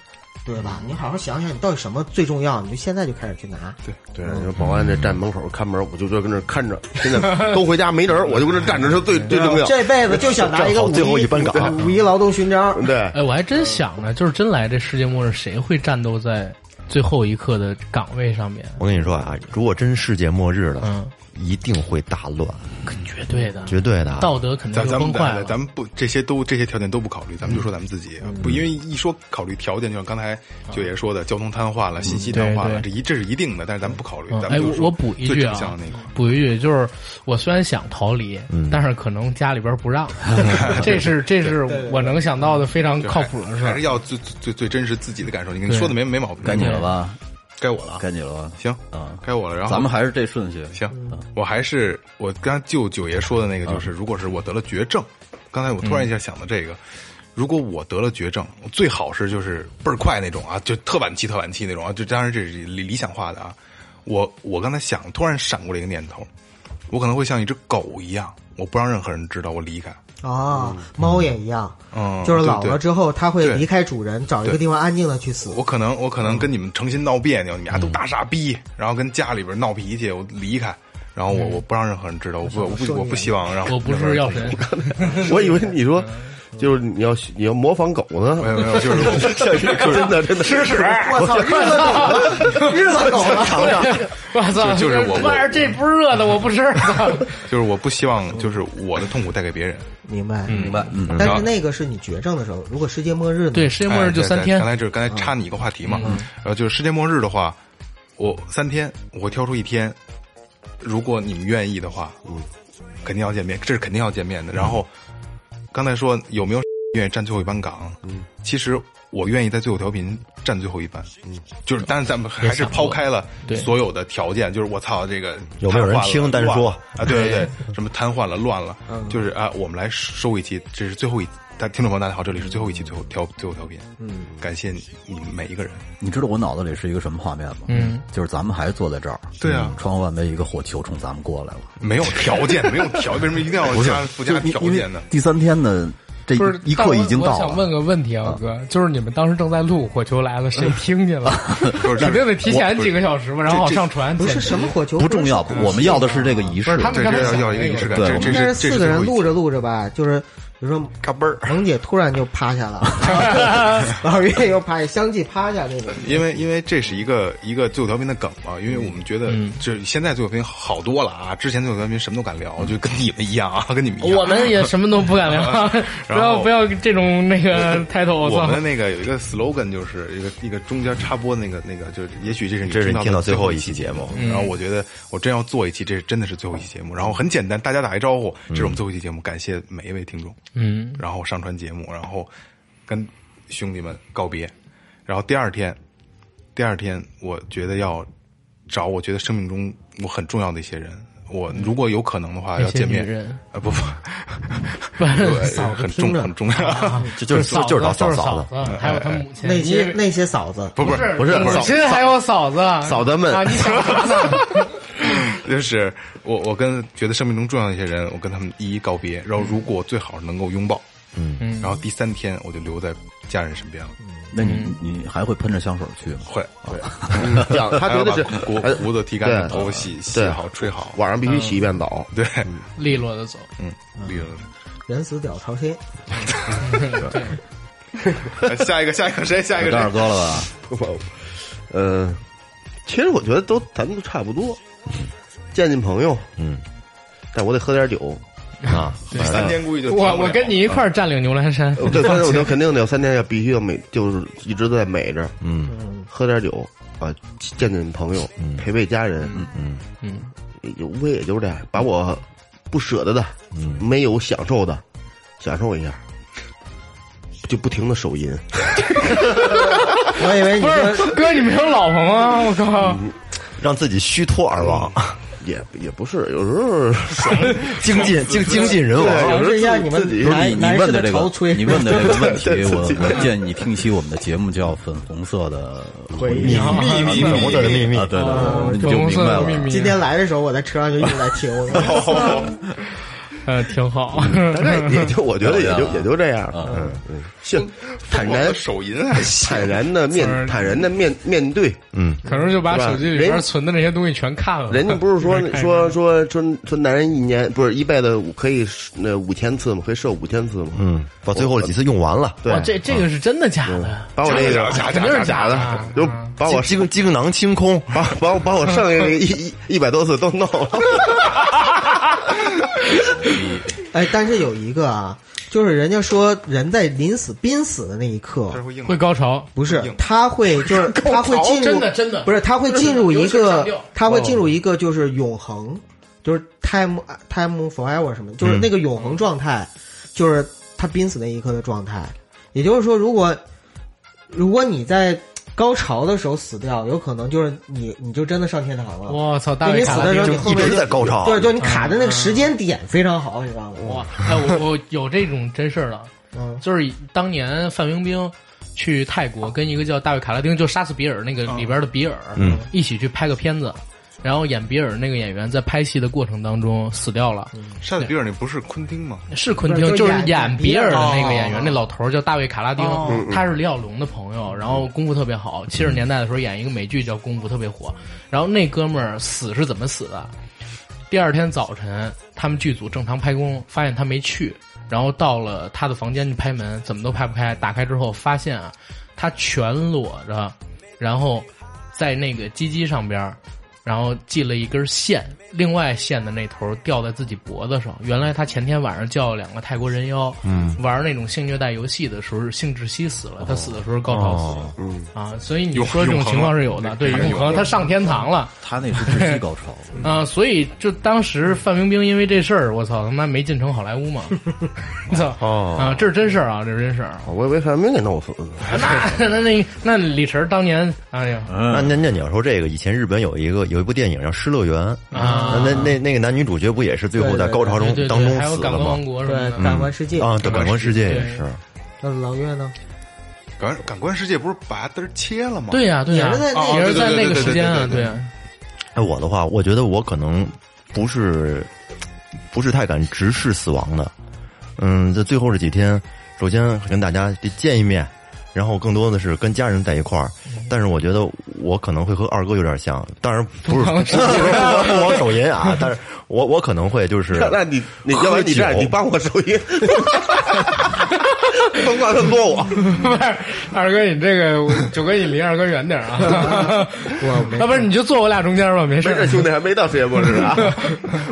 [SPEAKER 6] 对吧？你好好想想，你到底什么最重要？你就现在就开始去拿。
[SPEAKER 3] 对，
[SPEAKER 4] 对，你说保安这站门口看门，我就就跟那儿看着，现在都回家没人儿，我就跟这站着是最最重要。
[SPEAKER 6] 这辈子就想拿一个
[SPEAKER 1] 正好
[SPEAKER 6] 五
[SPEAKER 1] 最后一
[SPEAKER 6] 一
[SPEAKER 1] 班岗
[SPEAKER 6] 五一劳动勋章。
[SPEAKER 4] 对，
[SPEAKER 5] 哎，我还真想呢，就是真来这世界末日，谁会战斗在最后一刻的岗位上面？
[SPEAKER 1] 我跟你说啊，如果真世界末日了，
[SPEAKER 5] 嗯，
[SPEAKER 1] 一定会大乱，
[SPEAKER 5] 绝对的，
[SPEAKER 1] 绝对的。啊
[SPEAKER 5] 道德肯定
[SPEAKER 3] 咱
[SPEAKER 5] 就
[SPEAKER 3] 咱们
[SPEAKER 5] 崩坏
[SPEAKER 3] 咱
[SPEAKER 5] 了。嗯
[SPEAKER 3] 咱们不这些都这些条件都不考虑，咱们就说咱们自己啊不，因为一说考虑条件，就像刚才九爷说的，交通瘫痪了，信息瘫痪了，
[SPEAKER 5] 啊对对
[SPEAKER 3] 这一这是一定的，但是咱们不考虑
[SPEAKER 5] 嗯，
[SPEAKER 3] 咱
[SPEAKER 5] 哎，
[SPEAKER 3] 们就
[SPEAKER 5] 我
[SPEAKER 3] 是说
[SPEAKER 5] 我补一
[SPEAKER 3] 最
[SPEAKER 5] 句
[SPEAKER 3] 正
[SPEAKER 5] 啊
[SPEAKER 3] 向的那块儿，嗯
[SPEAKER 5] 补一句，就是我虽然想逃离，但是可能家里边 不让，这是这是我能想到的非常
[SPEAKER 3] 对
[SPEAKER 5] 靠谱的事
[SPEAKER 3] 还
[SPEAKER 5] 儿
[SPEAKER 3] 是。要最最最最真实自己的感受。你跟
[SPEAKER 5] 对
[SPEAKER 3] 说的没没毛病，
[SPEAKER 7] 该你了吧？
[SPEAKER 3] 该我了啊，
[SPEAKER 7] 该你了吧？
[SPEAKER 3] 行，
[SPEAKER 5] 嗯
[SPEAKER 7] 啊，
[SPEAKER 3] 该我了。然后
[SPEAKER 7] 咱们还是这顺序。
[SPEAKER 3] 行，啊我还是我刚才就九爷说的那个，
[SPEAKER 5] 啊
[SPEAKER 3] 就是如果是我得了绝症，刚才我突然一
[SPEAKER 5] 嗯
[SPEAKER 3] 下想到这个，如果我得了绝症，我最好是就是倍儿快那种啊，就特晚期特晚期那种啊，就当然这是理理想化的啊。我我刚才想，突然闪过了一个念头，我可能会像一只狗一样，我不让任何人知道我离开。
[SPEAKER 6] 哦，猫也一样，
[SPEAKER 3] 嗯
[SPEAKER 6] 就是老
[SPEAKER 3] 对
[SPEAKER 6] 了
[SPEAKER 3] 对
[SPEAKER 6] 之后，它
[SPEAKER 3] 对
[SPEAKER 6] 会离开主人，找一个地方安静的去死。
[SPEAKER 3] 我可能我可
[SPEAKER 5] 嗯
[SPEAKER 3] 能跟你们成心闹别扭，你们俩都大傻逼，然后跟家里边闹脾气，我离开，然
[SPEAKER 5] 嗯
[SPEAKER 3] 后我我不让任何人知道，我不我不我不希望让
[SPEAKER 5] 啊我不是药神，
[SPEAKER 4] 我以为你说就是你要你要模仿狗 呢
[SPEAKER 3] 没，有没有，哎就是我
[SPEAKER 4] 真的真的吃屎，
[SPEAKER 6] 我操，日子 狗了，日子狗了，
[SPEAKER 5] 我操，
[SPEAKER 3] 就就是 我
[SPEAKER 5] 这玩意儿这不是热的，我不吃。
[SPEAKER 3] 就是我不希望，就是我的痛苦带给别人。
[SPEAKER 6] 明白。
[SPEAKER 7] 明白，嗯，
[SPEAKER 6] 但是那个是你绝症的时候，如果世界末日呢？
[SPEAKER 5] 对，世界末
[SPEAKER 3] 哎
[SPEAKER 5] 日就
[SPEAKER 3] 对
[SPEAKER 5] 三
[SPEAKER 3] 对
[SPEAKER 5] 天嗯
[SPEAKER 3] 刚，才就是刚才插你一个话题嘛，然后就是世界末日的话，我三天我会挑出一天，如果你们愿意的话，嗯肯定要见面，这是肯定要见面的。然后刚才说有没有愿意站最后一班岗？其实我愿意在最后调频站最后一班，就是但是咱们还是抛开了
[SPEAKER 5] 对
[SPEAKER 3] 所有的条件，就是我操这个
[SPEAKER 1] 有没有人
[SPEAKER 3] 瘫痪了
[SPEAKER 1] 听单
[SPEAKER 3] 乱
[SPEAKER 1] 说
[SPEAKER 3] 了啊？对对对，什么瘫痪了、乱了，就是啊，我们来收一期，这是最后一。大听众朋友，大家好，这里是最后一期最后调最后调频，嗯，感谢你们每一个人。
[SPEAKER 7] 你知道我脑子里是一个什么画面吗？
[SPEAKER 5] 嗯，
[SPEAKER 7] 就是咱们还坐在这儿，
[SPEAKER 3] 对啊
[SPEAKER 7] 嗯窗户外面一个火球冲咱们过来了。
[SPEAKER 3] 没有条件，没有条，为什么一定要加附加
[SPEAKER 7] 就
[SPEAKER 3] 条件呢？
[SPEAKER 7] 第三天呢，这
[SPEAKER 5] 不是
[SPEAKER 7] 一刻已经
[SPEAKER 5] 但我
[SPEAKER 7] 到
[SPEAKER 5] 我想问
[SPEAKER 7] 了。
[SPEAKER 5] 个问题啊，哥，就是你们当时正在录《火球来了》，谁听 见了？
[SPEAKER 3] 不是
[SPEAKER 5] 肯定得提前几个小时嘛，然后好上传。
[SPEAKER 6] 不是
[SPEAKER 5] 剪
[SPEAKER 6] 什么火球，
[SPEAKER 7] 不重要，我们要的是这个仪式
[SPEAKER 5] 不是。他们
[SPEAKER 3] 这
[SPEAKER 5] 刚才
[SPEAKER 3] 这要
[SPEAKER 5] 想
[SPEAKER 3] 要
[SPEAKER 5] 那
[SPEAKER 3] 一个仪式感，
[SPEAKER 7] 对
[SPEAKER 3] 这
[SPEAKER 7] 我们
[SPEAKER 3] 这是
[SPEAKER 6] 但是
[SPEAKER 3] 这
[SPEAKER 6] 四个人录
[SPEAKER 3] 着，
[SPEAKER 6] 着录着吧，就是比如说
[SPEAKER 3] 嘎嘣儿，
[SPEAKER 6] 萌姐突然就趴下了，老岳又趴下，相继趴下那种。
[SPEAKER 3] 因为因为这是一个一个最后调频的梗嘛，因为我们觉得
[SPEAKER 5] 嗯
[SPEAKER 3] 就是现在最后调频好多了啊，之前最后调频什么都敢聊，就跟你们一样啊， 跟你们一样。
[SPEAKER 5] 嗯我们也什么都不敢 聊，不
[SPEAKER 3] 然
[SPEAKER 5] 要
[SPEAKER 3] 后
[SPEAKER 5] 不要这种那个 title，我
[SPEAKER 3] 我
[SPEAKER 5] 操
[SPEAKER 3] 们！那个有一个 slogan，就是一个一个中间插播那个那个，就是也许这是你
[SPEAKER 1] 这是你
[SPEAKER 3] 听
[SPEAKER 1] 听到
[SPEAKER 3] 到
[SPEAKER 1] 最后
[SPEAKER 3] 一
[SPEAKER 1] 一期节目。
[SPEAKER 3] 然后我觉得我真要做一期，这是真的是最后一期节目。然后很简单，大家打一招呼，这是我
[SPEAKER 1] 嗯
[SPEAKER 3] 们最后一期节目，感谢每一位听众。
[SPEAKER 5] 嗯，
[SPEAKER 3] 然后上传节目，然后跟兄弟们告别。然后第二天，第二天我觉得要找我觉得生命中我很重要的一些人。我如果有可能的话，
[SPEAKER 5] 嗯那
[SPEAKER 3] 要
[SPEAKER 5] 些
[SPEAKER 3] 见面
[SPEAKER 5] 女人。
[SPEAKER 3] 啊 不不，
[SPEAKER 5] 不是
[SPEAKER 3] 对很 重很重
[SPEAKER 5] 啊
[SPEAKER 3] 要。
[SPEAKER 1] 就就是
[SPEAKER 5] 嫂
[SPEAKER 1] 就
[SPEAKER 5] 子哎
[SPEAKER 1] 就是老嫂
[SPEAKER 5] 就是
[SPEAKER 1] 嫂
[SPEAKER 5] 嫂
[SPEAKER 1] 子，
[SPEAKER 5] 子，还有他母亲，
[SPEAKER 6] 那
[SPEAKER 5] 你以
[SPEAKER 6] 些
[SPEAKER 5] 为
[SPEAKER 6] 那些嫂子，
[SPEAKER 3] 不不
[SPEAKER 5] 不是母亲还有嫂子，
[SPEAKER 4] 嫂子们
[SPEAKER 5] 啊，你想 什么呢？
[SPEAKER 3] 就是我我跟觉得生命中重要的一些人，我跟他们一一告别，然后如果最好能够拥抱，
[SPEAKER 5] 嗯
[SPEAKER 3] 然后第三天我就留在家人身边了，
[SPEAKER 7] 那你你还会喷着香水去吗？
[SPEAKER 3] 会会，
[SPEAKER 4] 这样他
[SPEAKER 3] 还
[SPEAKER 4] 觉
[SPEAKER 3] 要
[SPEAKER 4] 得
[SPEAKER 3] 把
[SPEAKER 4] 是
[SPEAKER 3] 胡
[SPEAKER 4] 哎
[SPEAKER 3] 胡子剃干，
[SPEAKER 4] 对
[SPEAKER 3] 头洗洗
[SPEAKER 4] 对
[SPEAKER 3] 好吹好，
[SPEAKER 4] 晚上必须洗一遍澡，
[SPEAKER 3] 对，
[SPEAKER 5] 利落的走，
[SPEAKER 3] 嗯，绿了。
[SPEAKER 6] 人死屌朝天。
[SPEAKER 3] 哎下一个，下一个谁？下一个
[SPEAKER 7] 给二
[SPEAKER 3] 谁？
[SPEAKER 7] 哥了吧？
[SPEAKER 4] 呃，其实我觉得都咱们都差不多，见见朋友，
[SPEAKER 1] 嗯，
[SPEAKER 4] 但我得喝点酒，
[SPEAKER 1] 啊，
[SPEAKER 3] 三天估计就
[SPEAKER 5] 我我跟你一块儿占领牛栏山，
[SPEAKER 4] 呃对，但是我就肯定得有三天要必须要美，就是一直都在美着，
[SPEAKER 1] 嗯，
[SPEAKER 4] 喝点酒啊，见见朋友，陪陪家人，嗯
[SPEAKER 5] 嗯，
[SPEAKER 4] 也无非也就是这样，把我不舍得的，没有享受的，享受一下，就不停的手淫，
[SPEAKER 6] 我以为你
[SPEAKER 5] 不
[SPEAKER 6] 说
[SPEAKER 5] 是哥，你没有老婆吗？我靠，
[SPEAKER 1] 让自己虚脱而亡，
[SPEAKER 4] 也也不是，有时候
[SPEAKER 1] 精尽精 精尽人亡。
[SPEAKER 6] 尝试一下你
[SPEAKER 4] 自
[SPEAKER 6] 们
[SPEAKER 4] 己
[SPEAKER 7] 不是
[SPEAKER 6] 男
[SPEAKER 7] 你你
[SPEAKER 6] 男
[SPEAKER 7] 问
[SPEAKER 6] 士
[SPEAKER 7] 的这
[SPEAKER 6] 潮
[SPEAKER 7] 个，
[SPEAKER 6] 吹，
[SPEAKER 7] 你问的 这个问
[SPEAKER 4] 对
[SPEAKER 7] 题，我我建议你听一期我们的节目叫《粉红色的回忆》
[SPEAKER 3] 秘密
[SPEAKER 1] 粉红色的秘密
[SPEAKER 7] 啊，对对对，你
[SPEAKER 5] 粉
[SPEAKER 7] 就
[SPEAKER 5] 红
[SPEAKER 7] 明
[SPEAKER 5] 色
[SPEAKER 7] 白
[SPEAKER 5] 的
[SPEAKER 7] 了
[SPEAKER 5] 秘。密，
[SPEAKER 6] 今天来的时候，我在车上就一直在听。我说
[SPEAKER 5] 呃挺好，
[SPEAKER 4] 大概也就我觉得也就
[SPEAKER 7] 嗯
[SPEAKER 4] 也就这样，嗯嗯，性坦
[SPEAKER 3] 我
[SPEAKER 4] 然
[SPEAKER 3] 的手淫还行，
[SPEAKER 4] 坦然的面
[SPEAKER 5] 就是
[SPEAKER 4] 坦然的面面对，
[SPEAKER 5] 可能就把手机里边
[SPEAKER 4] 人
[SPEAKER 5] 存的那些东西全看了。
[SPEAKER 4] 人家不是说
[SPEAKER 5] 一边看一边
[SPEAKER 4] 说说说说男人一年不是一辈子可以那五千次吗？可以射五千次吗？
[SPEAKER 1] 嗯，把最后几次用完 了，
[SPEAKER 4] 对
[SPEAKER 5] 哇，，这这个是真的假的？
[SPEAKER 4] 把我这 个
[SPEAKER 3] 假
[SPEAKER 5] 肯定是啊假
[SPEAKER 4] 的，就把我
[SPEAKER 1] 精精囊清空，
[SPEAKER 4] 把把我把我剩下的一一一百多次都弄了，
[SPEAKER 6] 哎，但是有一个啊，就是人家说人在临死濒死的那一刻，
[SPEAKER 3] 这会硬
[SPEAKER 5] 会高潮，
[SPEAKER 6] 不是
[SPEAKER 3] 硬
[SPEAKER 6] 他 会就是他会进入
[SPEAKER 5] 真的真的
[SPEAKER 6] 不是他会进入一个
[SPEAKER 5] 真的尤其是上吊
[SPEAKER 6] 他会进入一个就是永恒，就是 time time forever 什么，
[SPEAKER 1] 嗯
[SPEAKER 6] 就是那个永恒状态，就是他濒死那一刻的状态。也就是说，如果如果你在高潮的时候死掉，有可能就是你你就真的上天堂了。
[SPEAKER 5] 我操！大
[SPEAKER 6] 就
[SPEAKER 5] 卫
[SPEAKER 6] 你
[SPEAKER 5] 卡
[SPEAKER 6] 死
[SPEAKER 5] 拉
[SPEAKER 6] 的时候，
[SPEAKER 5] 丁
[SPEAKER 6] 你
[SPEAKER 5] 就
[SPEAKER 6] 后
[SPEAKER 1] 一
[SPEAKER 6] 面
[SPEAKER 1] 直在高潮
[SPEAKER 6] 对，就你卡的那个时间点非常好，你知道吗？
[SPEAKER 5] 嗯哇，哎，我我有这种真事儿了，
[SPEAKER 6] 嗯，
[SPEAKER 5] 就是当年范冰冰去泰国跟一个叫大卫卡拉丁，就杀死比尔那个里边的比尔，
[SPEAKER 1] 嗯，
[SPEAKER 5] 一起去拍个片子。然后演比尔那个演员在拍戏的过程当中死掉了，
[SPEAKER 3] 沙子比尔那不是昆汀吗？
[SPEAKER 5] 是昆
[SPEAKER 6] 不
[SPEAKER 5] 汀，
[SPEAKER 6] 是
[SPEAKER 5] 就
[SPEAKER 6] 就是是
[SPEAKER 5] 演
[SPEAKER 6] 演
[SPEAKER 5] 比尔的那个演
[SPEAKER 6] 哦
[SPEAKER 5] 员，那老头儿叫大卫卡拉丁，他是李小龙的朋友，然后功夫特别好。七十年代的时候演一个美剧叫《功夫》，特别火。然后那哥们儿死是怎么死的？第二天早晨，他们剧组正常拍工，发现他没去，然后到了他的房间去拍门，怎么都拍不开。打开之后发现啊，他全裸着，然后在那个鸡鸡上边儿，然后系了一根线，另外线的那头吊在自己脖子上。原来他前天晚上叫了两个泰国人妖，嗯，玩那种性虐待游戏的时候，性窒息死了。他死的时候高潮死了，嗯啊，所以你说这种情况是有的，对，永恒，他上天堂了。
[SPEAKER 7] 他那是窒息高潮，
[SPEAKER 5] 啊、所以就当时范冰冰因为这事儿，我操他妈没进城好莱坞嘛，操啊、
[SPEAKER 1] 哦
[SPEAKER 5] 这是真事儿啊，这是真事儿啊。
[SPEAKER 4] 我以为范冰冰给弄死了呢。
[SPEAKER 5] 那那那那李晨当年，哎呀，
[SPEAKER 1] 那那那你要说这个，以前日本有一个有一部电影叫《失乐园》
[SPEAKER 5] 啊
[SPEAKER 1] 那那那个男女主角不也是最后在高潮
[SPEAKER 5] 对
[SPEAKER 1] 中
[SPEAKER 5] 对
[SPEAKER 1] 当
[SPEAKER 5] 对，
[SPEAKER 1] 中
[SPEAKER 5] 还有《
[SPEAKER 1] 死
[SPEAKER 5] 感
[SPEAKER 1] 了
[SPEAKER 5] 官王
[SPEAKER 1] 吗？
[SPEAKER 5] 国》什么
[SPEAKER 6] 对，
[SPEAKER 5] 的，
[SPEAKER 6] 感官世界。
[SPEAKER 1] 啊，对，感官世界也是，
[SPEAKER 6] 那老岳呢？
[SPEAKER 3] 感感官世界不是把嘚儿切了吗？
[SPEAKER 5] 对，呀、对呀、
[SPEAKER 6] 也是在那
[SPEAKER 5] 也是在
[SPEAKER 3] 哦对对
[SPEAKER 5] 那
[SPEAKER 3] 对
[SPEAKER 5] 个
[SPEAKER 3] 对
[SPEAKER 5] 时间啊，
[SPEAKER 3] 对对对
[SPEAKER 5] 对啊，
[SPEAKER 1] 哎，我的话，我觉得我可能不是不是太敢直视死亡的。嗯，这最后这几天，首先跟大家得见一面，然后更多的是跟家人在一块儿。但是我觉得我可能会和二哥有点像，当然不是不是说不光手 淫啊，但是我我可能会就是
[SPEAKER 4] 那那你你要不然你这样，
[SPEAKER 1] 喝酒
[SPEAKER 4] 你帮我手淫，甭管他多我，
[SPEAKER 5] 二二哥，你这个我九哥，你离二哥远点儿啊！我要不然你就坐我俩中间吧，没事
[SPEAKER 4] 没
[SPEAKER 5] 儿。
[SPEAKER 4] 事，兄弟还没到世界末日 啊。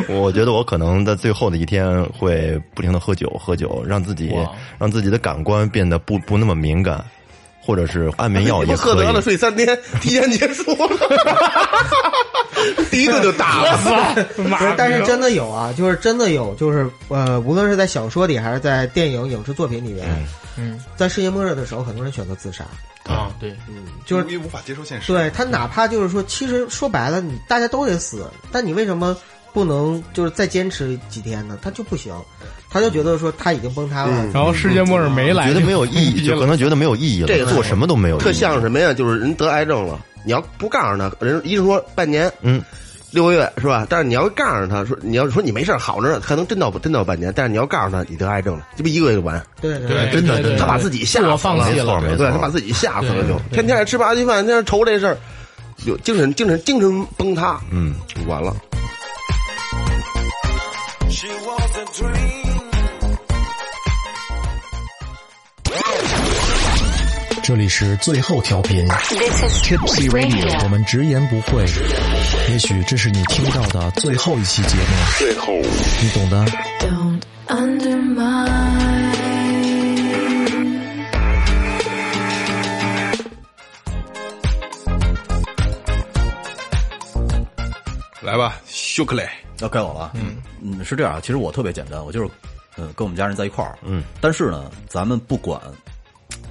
[SPEAKER 1] 我觉得我可能在最后的一天会不停的喝酒，喝酒，让自己
[SPEAKER 5] 哇
[SPEAKER 1] 让自己的感官变得不不那么敏感，或者是安眠药也
[SPEAKER 4] 喝
[SPEAKER 1] 可
[SPEAKER 4] 得
[SPEAKER 1] 以
[SPEAKER 4] 了。睡三天，提前结束了， 第一顿就打了。
[SPEAKER 5] 妈
[SPEAKER 6] 不是，但是真的有啊，就是真的有，就是呃，无论是在小说里还是在电影、影视作品里面，
[SPEAKER 5] 嗯
[SPEAKER 6] 在世界末日的时候，很多人选择自杀。
[SPEAKER 5] 啊，对，
[SPEAKER 6] 就是
[SPEAKER 3] 因为无法接受现实。
[SPEAKER 6] 对他，哪怕就是说，其实说白了，你大家都得死，但你为什么不能就是再坚持几天呢？他就不行，他就觉得说他已经崩塌了。
[SPEAKER 5] 然后世界末日没来，
[SPEAKER 1] 觉得没有意义，就可能觉得没有意义了，
[SPEAKER 4] 这个
[SPEAKER 1] 做什么都没有意义。
[SPEAKER 4] 特像什么呀？就是人得癌症了，你要不告诉他，人医生说半年，
[SPEAKER 1] 嗯，
[SPEAKER 4] 六个月是吧？但是你要告诉他说，你要说你没事儿好着呢，可能真到真到半年，但是你要告诉他你得癌症了，这不一个月就完，
[SPEAKER 6] 对对
[SPEAKER 5] 对，
[SPEAKER 1] 真的真的
[SPEAKER 5] 对对
[SPEAKER 4] 他把自己吓
[SPEAKER 5] 自我
[SPEAKER 4] 死了
[SPEAKER 5] 放弃
[SPEAKER 1] 没错
[SPEAKER 5] 了，
[SPEAKER 1] 没错
[SPEAKER 4] 对他把自己吓死了
[SPEAKER 5] 对
[SPEAKER 4] 就，
[SPEAKER 5] 对
[SPEAKER 4] 天天还吃八鸡饭，天天愁这事儿，有精神精神精神崩塌，
[SPEAKER 1] 嗯，
[SPEAKER 4] 完了。
[SPEAKER 8] 这里是最后调频
[SPEAKER 9] This is
[SPEAKER 8] Tipsy Radio，我们直言不讳，也许这是你听到的最后一期节目，最后，你懂的。
[SPEAKER 9] Don't undermine.
[SPEAKER 3] 来吧，休克雷，
[SPEAKER 7] 要该我了。嗯嗯，是这样啊，其实我特别简单，我就是嗯跟我们家人在一块儿。嗯，但是呢，咱们不管，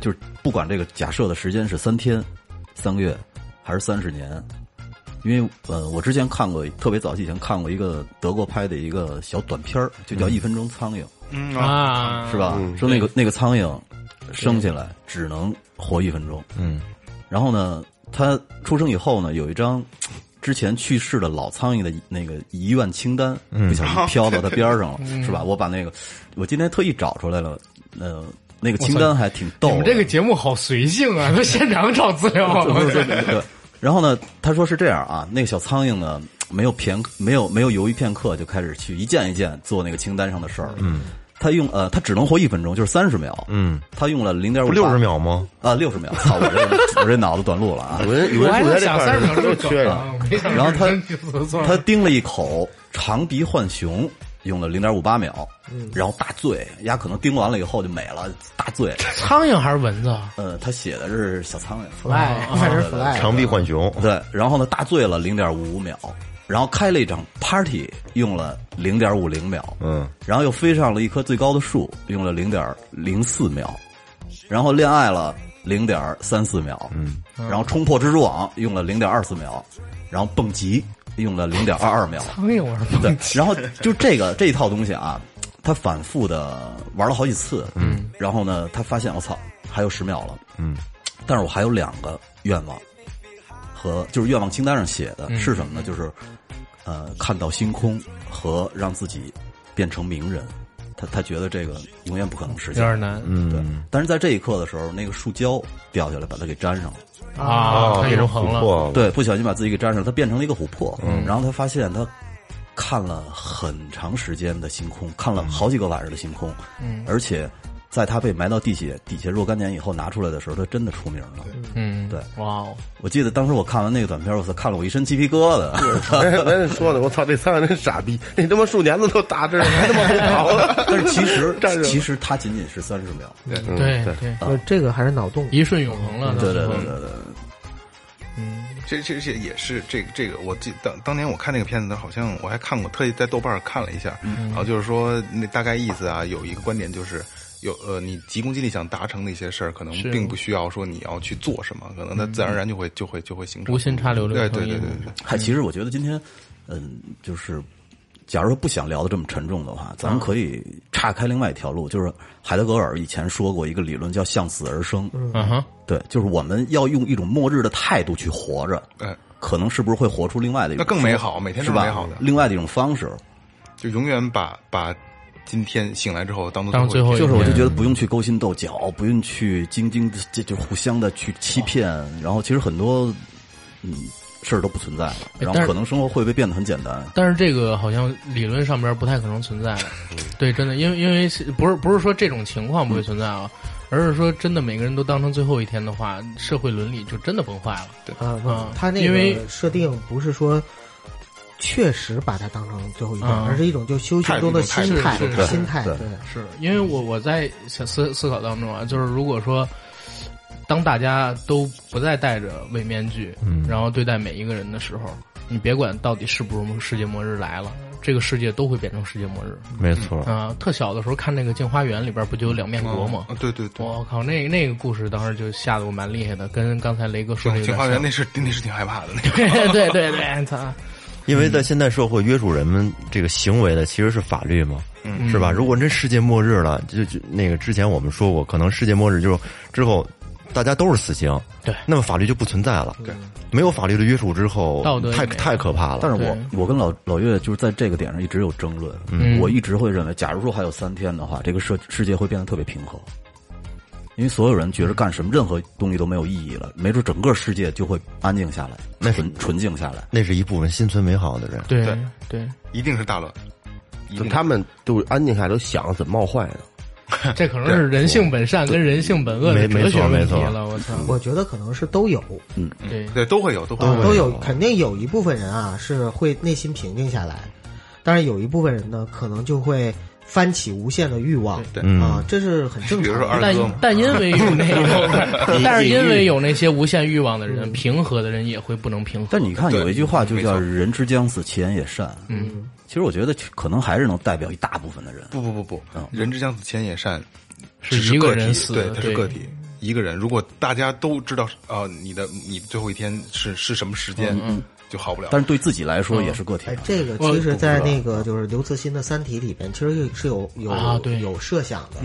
[SPEAKER 7] 就是不管这个假设的时间是三天、三个月还是三十年，因为呃，我之前看过特别早期以前看过一个德国拍的一个小短片儿，就叫《一分钟苍蝇》，
[SPEAKER 3] 嗯
[SPEAKER 5] 啊，
[SPEAKER 7] 是？吧？说那个那个苍蝇生下来只能活一分钟。
[SPEAKER 1] 嗯，
[SPEAKER 7] 然后呢，他出生以后呢，有一张之前去世的老苍蝇的那个遗愿清单，
[SPEAKER 5] 嗯
[SPEAKER 7] 不小心飘到他边上了， 是吧？我把那个，我今天特意找出来了，呃，那个清单还挺逗
[SPEAKER 5] 你
[SPEAKER 7] 的。
[SPEAKER 5] 们这个节目好随性啊，都现场找资 料。
[SPEAKER 7] 哦对。然后呢，他说是这样啊，那个小苍蝇呢，没有片没有没有犹豫片刻，就开始去一件一件做那个清单上的事儿。嗯，他用呃，他只能活一分钟，就是三十秒。
[SPEAKER 1] 嗯，
[SPEAKER 7] 他用了零点五
[SPEAKER 1] 不六十秒吗？
[SPEAKER 7] 啊，六十秒。操，我这我这脑子短路了啊！
[SPEAKER 4] 有人有
[SPEAKER 5] 我
[SPEAKER 4] 人
[SPEAKER 5] 还
[SPEAKER 4] 住在
[SPEAKER 5] 能
[SPEAKER 4] 这
[SPEAKER 5] 想
[SPEAKER 4] 块
[SPEAKER 5] 三十秒
[SPEAKER 4] 儿
[SPEAKER 5] 就
[SPEAKER 4] 都缺
[SPEAKER 5] 走
[SPEAKER 4] 着，
[SPEAKER 5] 啊没想到
[SPEAKER 7] 然后他
[SPEAKER 5] 真就做错了
[SPEAKER 7] 他叮了一口长鼻浣熊，用了零点五八秒，然后大醉，鸭可能叮完了以后就没了，大醉。
[SPEAKER 5] 苍蝇还是蚊子啊？
[SPEAKER 7] 呃，他写的是小苍蝇，
[SPEAKER 6] 哎，
[SPEAKER 7] 哦
[SPEAKER 6] 反正 fly，
[SPEAKER 1] 长臂浣熊，
[SPEAKER 7] 对，然后呢大醉了零点五五秒，然后开了一场 party，用了零点五零秒，
[SPEAKER 1] 嗯，
[SPEAKER 7] 然后又飞上了一棵最高的树，用了零点零四秒，然后恋爱了零点三四秒，嗯，然后冲破蜘蛛网用了零点二四秒，然后蹦极用了零点二二秒，
[SPEAKER 5] 苍蝇我是不
[SPEAKER 7] 对， 然后就这个这一套东西啊，他反复的玩了好几次，嗯，然后呢，他发现我操，还有十秒了，嗯，但是我还有两个愿望和就是愿望清单上写的是什么呢？就是呃，看到星空和让自己变成名人，他他觉得这个永远不可能实
[SPEAKER 5] 有
[SPEAKER 7] 现，
[SPEAKER 5] 点难
[SPEAKER 1] 嗯
[SPEAKER 7] 对。但是在这一刻的时候，那个树胶掉下来把他给粘上了。
[SPEAKER 5] 啊，
[SPEAKER 1] 哦
[SPEAKER 5] 太
[SPEAKER 1] 变
[SPEAKER 5] 永
[SPEAKER 1] 成
[SPEAKER 5] 恒
[SPEAKER 1] 琥
[SPEAKER 5] 了。
[SPEAKER 1] 珀了，
[SPEAKER 7] 对，不小心把自己给粘上，他变成了一个琥珀。嗯，然后他发现他看了很长时间的星空，看了好几个晚上的星空。嗯，而且在他被埋到地下底下若干年以后拿出来的时候，他真的出名了。
[SPEAKER 5] 嗯，
[SPEAKER 7] 对
[SPEAKER 5] 哇哦，
[SPEAKER 7] 我记得当时我看完那个短片，我操，看了我一身鸡皮疙瘩。
[SPEAKER 4] 哎， 我跟你说呢，我操，这苍蝇真傻逼，那他妈数年子都打这儿，还他妈不跑了。
[SPEAKER 7] 但是其实
[SPEAKER 4] 站着，
[SPEAKER 7] 其实他仅仅是三十秒。
[SPEAKER 5] 对对，
[SPEAKER 6] 呃这个还是脑洞。
[SPEAKER 5] 一瞬永恒了。
[SPEAKER 7] 嗯对
[SPEAKER 5] 到
[SPEAKER 7] 对
[SPEAKER 5] 时候
[SPEAKER 7] 对对对。
[SPEAKER 3] 这这这也是这个这个，我记当当年我看那个片子的时候，好像我还看过，特意在豆瓣上看了一下，
[SPEAKER 5] 嗯
[SPEAKER 3] 然后就是说那大概意思啊，有一个观点就是。有呃，你急功近利想达成的一些事儿，可能
[SPEAKER 5] 是哦
[SPEAKER 3] 并不需要说你要去做什么，可能它自然而然就会就会就会形成。
[SPEAKER 5] 无心插柳柳
[SPEAKER 3] 对
[SPEAKER 5] 成
[SPEAKER 3] 对对
[SPEAKER 5] 荫
[SPEAKER 3] 对对，
[SPEAKER 7] 嗨，其实我觉得今天，嗯，就是，假如说不想聊的这么沉重的话，
[SPEAKER 3] 嗯
[SPEAKER 7] 咱们可以岔开另外一条路，就是海德格尔以前说过一个理论叫向死而生，
[SPEAKER 5] 嗯哼，
[SPEAKER 7] 对，就是我们要用一种末日的态度去活着，
[SPEAKER 3] 哎，
[SPEAKER 7] 可能是不是会活出另外的一
[SPEAKER 3] 那
[SPEAKER 7] 种
[SPEAKER 3] 更美好，每天
[SPEAKER 7] 是
[SPEAKER 3] 都是
[SPEAKER 7] 吧？
[SPEAKER 3] 美好的，
[SPEAKER 7] 另外的一种方式，
[SPEAKER 3] 就永远把把今天醒来之后当做
[SPEAKER 5] 当最后一
[SPEAKER 7] 嗯就是我
[SPEAKER 3] 嗯
[SPEAKER 7] 就
[SPEAKER 5] 天
[SPEAKER 7] 觉得不用去勾心斗角，不用去斤斤这就互相的去欺骗，然后其实很多，嗯，事儿都不存在
[SPEAKER 3] 哎
[SPEAKER 7] 了，然
[SPEAKER 5] 但
[SPEAKER 7] 后
[SPEAKER 5] 是
[SPEAKER 7] 可能生活会不会变得很简单？
[SPEAKER 5] 但是这个好像理论上边不太可能存在，
[SPEAKER 7] 嗯
[SPEAKER 5] 对，真的，因为因为不是不是说这种情况不会存在啊，而是说真的每个人都当成最后一天的话，社会伦理就真的崩坏了。
[SPEAKER 6] 啊
[SPEAKER 5] 嗯，
[SPEAKER 6] 他那
[SPEAKER 5] 因为
[SPEAKER 6] 个设定不是说确实把它当成最后一天，
[SPEAKER 5] 嗯
[SPEAKER 6] 而是一种就修行中的心态
[SPEAKER 5] 态度是是，
[SPEAKER 6] 心态
[SPEAKER 7] 对
[SPEAKER 6] 对。
[SPEAKER 5] 是因为我我在想思思考当中啊，就是如果说当大家都不再戴着伪面具，
[SPEAKER 1] 嗯
[SPEAKER 5] 然后对待每一个人的时候，你别管到底是不是世界末日来了，这个世界都会变成世界末日。
[SPEAKER 1] 没错，
[SPEAKER 5] 啊、特小的时候看那个《镜花缘》里边不就有两面国吗？
[SPEAKER 3] 啊，对对对，
[SPEAKER 5] 我靠，那那个故事当时就吓得我蛮厉害的，跟刚才雷哥说的
[SPEAKER 3] 警
[SPEAKER 5] 有
[SPEAKER 3] 警
[SPEAKER 5] 点
[SPEAKER 3] 花园
[SPEAKER 5] 像。
[SPEAKER 3] 那是那是挺害怕的，那个
[SPEAKER 5] 对 对对对， 操！
[SPEAKER 1] 因为在现代社会，约束人们这个行为的其实是法律嘛，
[SPEAKER 4] 嗯
[SPEAKER 1] 是吧？如果真世界末日了，就就那个之前我们说过，可能世界末日就之后大家都是死刑，
[SPEAKER 5] 对
[SPEAKER 1] 那么法律就不存在了，对，没有法律的约束之后，
[SPEAKER 5] 道德也
[SPEAKER 1] 太
[SPEAKER 5] 没有
[SPEAKER 1] 太可怕了，
[SPEAKER 7] 但是我我跟老老岳就是在这个点上一直有争论，
[SPEAKER 5] 嗯
[SPEAKER 7] 我一直会认为，假如说还有三天的话，这个世世界会变得特别平和，因为所有人觉得干什么任何东西都没有意义了，没准整个世界就会安静下
[SPEAKER 1] 那
[SPEAKER 7] 来，
[SPEAKER 1] 是
[SPEAKER 7] 纯纯净下来。
[SPEAKER 1] 那是一部分心存美好的人，
[SPEAKER 5] 对
[SPEAKER 3] 对
[SPEAKER 5] 对，
[SPEAKER 3] 一定是大乱，一定
[SPEAKER 4] 就他们都安静下来，都想怎么冒坏呢？
[SPEAKER 5] 这可能是人性本善跟人性本恶的
[SPEAKER 1] 没没
[SPEAKER 5] 哲学
[SPEAKER 1] 错
[SPEAKER 5] 问题
[SPEAKER 1] 没错
[SPEAKER 5] 了。我操，
[SPEAKER 6] 我觉得可能是都有，
[SPEAKER 5] 对
[SPEAKER 3] 对都会有嗯都会
[SPEAKER 6] 啊
[SPEAKER 3] 有，
[SPEAKER 6] 都有，肯定有一部分人啊是会内心平静下来，但是有一部分人呢，可能就会翻起无限的欲望，
[SPEAKER 3] 对
[SPEAKER 1] 嗯
[SPEAKER 6] 啊，这是很正
[SPEAKER 3] 比如
[SPEAKER 6] 常
[SPEAKER 3] 说二
[SPEAKER 6] 的。
[SPEAKER 5] 但
[SPEAKER 3] 哥嘛，
[SPEAKER 5] 但因为有那个，
[SPEAKER 4] 你
[SPEAKER 5] 但是因为有那些无限欲望的人，平和的人也会不能平和。
[SPEAKER 7] 但你看有一句话就叫“
[SPEAKER 3] 对没
[SPEAKER 7] 人之将死，其言也善”。
[SPEAKER 5] 嗯，
[SPEAKER 7] 其实我觉得可能还是能代表一大部分的人。
[SPEAKER 3] 不不不不
[SPEAKER 7] 嗯，
[SPEAKER 3] 人之将死，其言也善，
[SPEAKER 5] 是
[SPEAKER 3] 只是
[SPEAKER 5] 一个
[SPEAKER 3] 个体
[SPEAKER 5] 人死
[SPEAKER 3] 对，他是
[SPEAKER 5] 对
[SPEAKER 3] 个体，一个人。如果大家都知道啊，你的你最后一天是是什么时间，就好不了。
[SPEAKER 7] 但是对自己来说也是个体
[SPEAKER 6] 哎
[SPEAKER 7] 啊。，
[SPEAKER 6] 这个其实，在那个就是刘慈欣的《三体》里边，其实也是有有、
[SPEAKER 5] 啊对
[SPEAKER 6] 有设想的，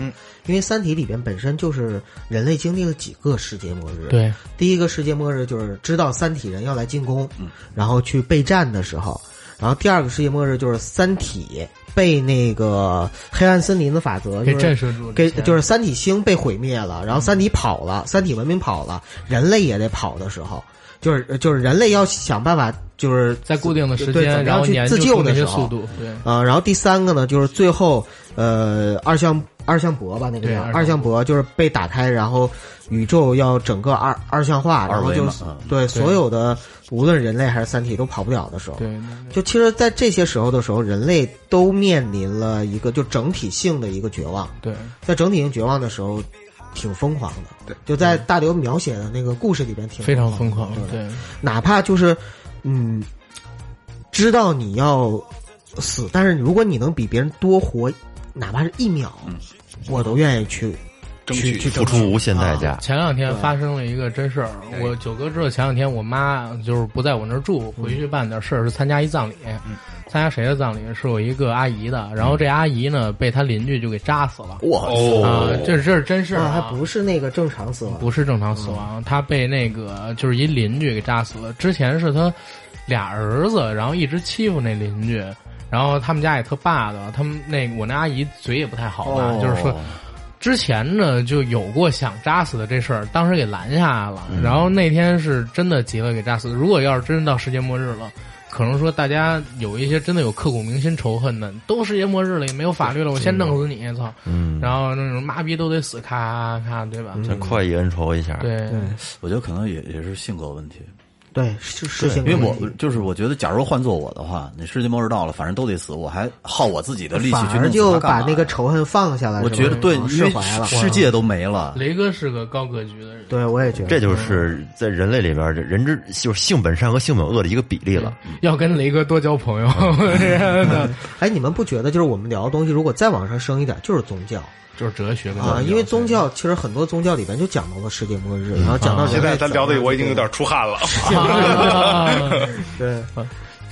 [SPEAKER 6] 因为《三体》里边本身就是人类经历了几个世界末日，，
[SPEAKER 5] 对，
[SPEAKER 6] 第一个世界末日就是知道三体人要来进攻，
[SPEAKER 7] 嗯
[SPEAKER 6] 然后去备战的时候，然后第二个世界末日就是三体被那个黑暗森林的法则
[SPEAKER 5] 给
[SPEAKER 6] 就是
[SPEAKER 5] 震慑住了
[SPEAKER 6] 给
[SPEAKER 5] 之前
[SPEAKER 6] 就是三体星被毁灭了，然后三体跑了，三体文明跑了，人类也得跑的时候，就是就是人类要想办法就是
[SPEAKER 5] 在固定的时
[SPEAKER 6] 对
[SPEAKER 5] 间，
[SPEAKER 6] 然
[SPEAKER 5] 然
[SPEAKER 6] 后
[SPEAKER 5] 后
[SPEAKER 6] 去
[SPEAKER 5] 研
[SPEAKER 6] 自
[SPEAKER 5] 究
[SPEAKER 6] 救
[SPEAKER 5] 出
[SPEAKER 6] 的
[SPEAKER 5] 那些
[SPEAKER 6] 时候
[SPEAKER 5] 速度，对，
[SPEAKER 6] 呃，然后第三个呢，就是最后呃二向二向箔吧，那个
[SPEAKER 5] 对
[SPEAKER 6] 叫
[SPEAKER 5] 二向
[SPEAKER 6] 二向箔，就是被打开，然后宇宙要整个二二向化，然后
[SPEAKER 7] 维
[SPEAKER 6] 就
[SPEAKER 7] 嘛
[SPEAKER 6] 是
[SPEAKER 7] 嗯
[SPEAKER 6] 对所有的无论人类还是三体都跑不了的时候，
[SPEAKER 5] 对，
[SPEAKER 6] 就其实，在这些时候的时候，人类都面临了一个就整体性的一个绝望，
[SPEAKER 5] 对，
[SPEAKER 6] 在整体性绝望的时候，挺疯狂的，
[SPEAKER 3] 对，
[SPEAKER 6] 就在大刘描写的那个故事里边挺
[SPEAKER 5] 非常疯狂
[SPEAKER 6] 狂的，，对
[SPEAKER 5] 对，
[SPEAKER 6] 哪怕就是，嗯，知道你要死，但是如果你能比别人多活，哪怕是一秒，我都愿意去
[SPEAKER 3] 争
[SPEAKER 6] 去
[SPEAKER 3] 取
[SPEAKER 6] 去
[SPEAKER 1] 付
[SPEAKER 6] 争取
[SPEAKER 1] 出无
[SPEAKER 4] 啊
[SPEAKER 1] 限代价，
[SPEAKER 5] 前两天发生了一个真事儿，
[SPEAKER 6] 哎
[SPEAKER 5] 我九哥知道前两天我妈就是不在我那儿住，
[SPEAKER 6] 嗯
[SPEAKER 5] 回去办点事儿，是参加一葬礼。参加谁的葬礼？是我一个阿姨的。然后
[SPEAKER 6] 嗯
[SPEAKER 5] 这阿姨呢，被她邻居就给扎死了。
[SPEAKER 7] 哇
[SPEAKER 5] 啊，
[SPEAKER 3] 哦，
[SPEAKER 5] 这是这是真事儿
[SPEAKER 6] 啊，
[SPEAKER 5] 啊，
[SPEAKER 6] 还不是那个正常死亡，
[SPEAKER 5] 不是正常死亡，她被那个就是一邻居给扎死了。之前是她俩儿子，然后一直欺负那邻居，然后他们家也特霸道，他们那我那阿姨嘴也不太好
[SPEAKER 7] 哦
[SPEAKER 5] 吧，就是说之前呢就有过想扎死的这事儿，当时给拦下来了。然后那天是真的急了给扎死。如果要是真到世界末日了，可能说大家有一些真的有刻骨铭心仇恨的，都世界末日了也没有法律了，我先弄死你，操！
[SPEAKER 1] 嗯，
[SPEAKER 5] 然后那种妈逼都得死，咔咔，对吧？
[SPEAKER 1] 想快意恩仇一下，
[SPEAKER 5] 对，
[SPEAKER 7] 我觉得可能也也是性格问题，
[SPEAKER 6] 对，是是性
[SPEAKER 7] 因为
[SPEAKER 6] 格
[SPEAKER 7] 我
[SPEAKER 6] 问题
[SPEAKER 7] 就是我觉得，假如换做我的话，你世界末日到了，反正都得死，我还耗我自己的力气
[SPEAKER 6] 反
[SPEAKER 7] 去弄
[SPEAKER 6] 而
[SPEAKER 7] 死
[SPEAKER 6] 就
[SPEAKER 7] 他干
[SPEAKER 6] 把
[SPEAKER 7] 嘛
[SPEAKER 6] 那个仇恨放下来，
[SPEAKER 7] 我
[SPEAKER 6] 是
[SPEAKER 7] 觉得
[SPEAKER 6] 吧
[SPEAKER 7] 对，
[SPEAKER 6] 嗯
[SPEAKER 7] 因
[SPEAKER 6] 释
[SPEAKER 7] 为
[SPEAKER 6] 怀了。
[SPEAKER 7] 世界都没了。
[SPEAKER 5] 雷哥是个高格局的人，
[SPEAKER 6] 对，我也觉得
[SPEAKER 1] 这就是在人类里边儿，这人之就是性本善和性本恶的一个比例了。
[SPEAKER 5] 要跟雷哥多交 朋友。
[SPEAKER 6] 哎，你们不觉得就是我们聊的东西，如果再往上升一点，就是宗教
[SPEAKER 5] 就是哲学
[SPEAKER 7] 嗯
[SPEAKER 5] 跟
[SPEAKER 6] 啊，因为宗教其实很多宗教里边就讲到了世界末日，
[SPEAKER 7] 嗯
[SPEAKER 6] 然后
[SPEAKER 7] 啊
[SPEAKER 6] 讲到人类
[SPEAKER 3] 现在咱聊的
[SPEAKER 6] 怎么样
[SPEAKER 3] 我已经有点出汗了。
[SPEAKER 6] 对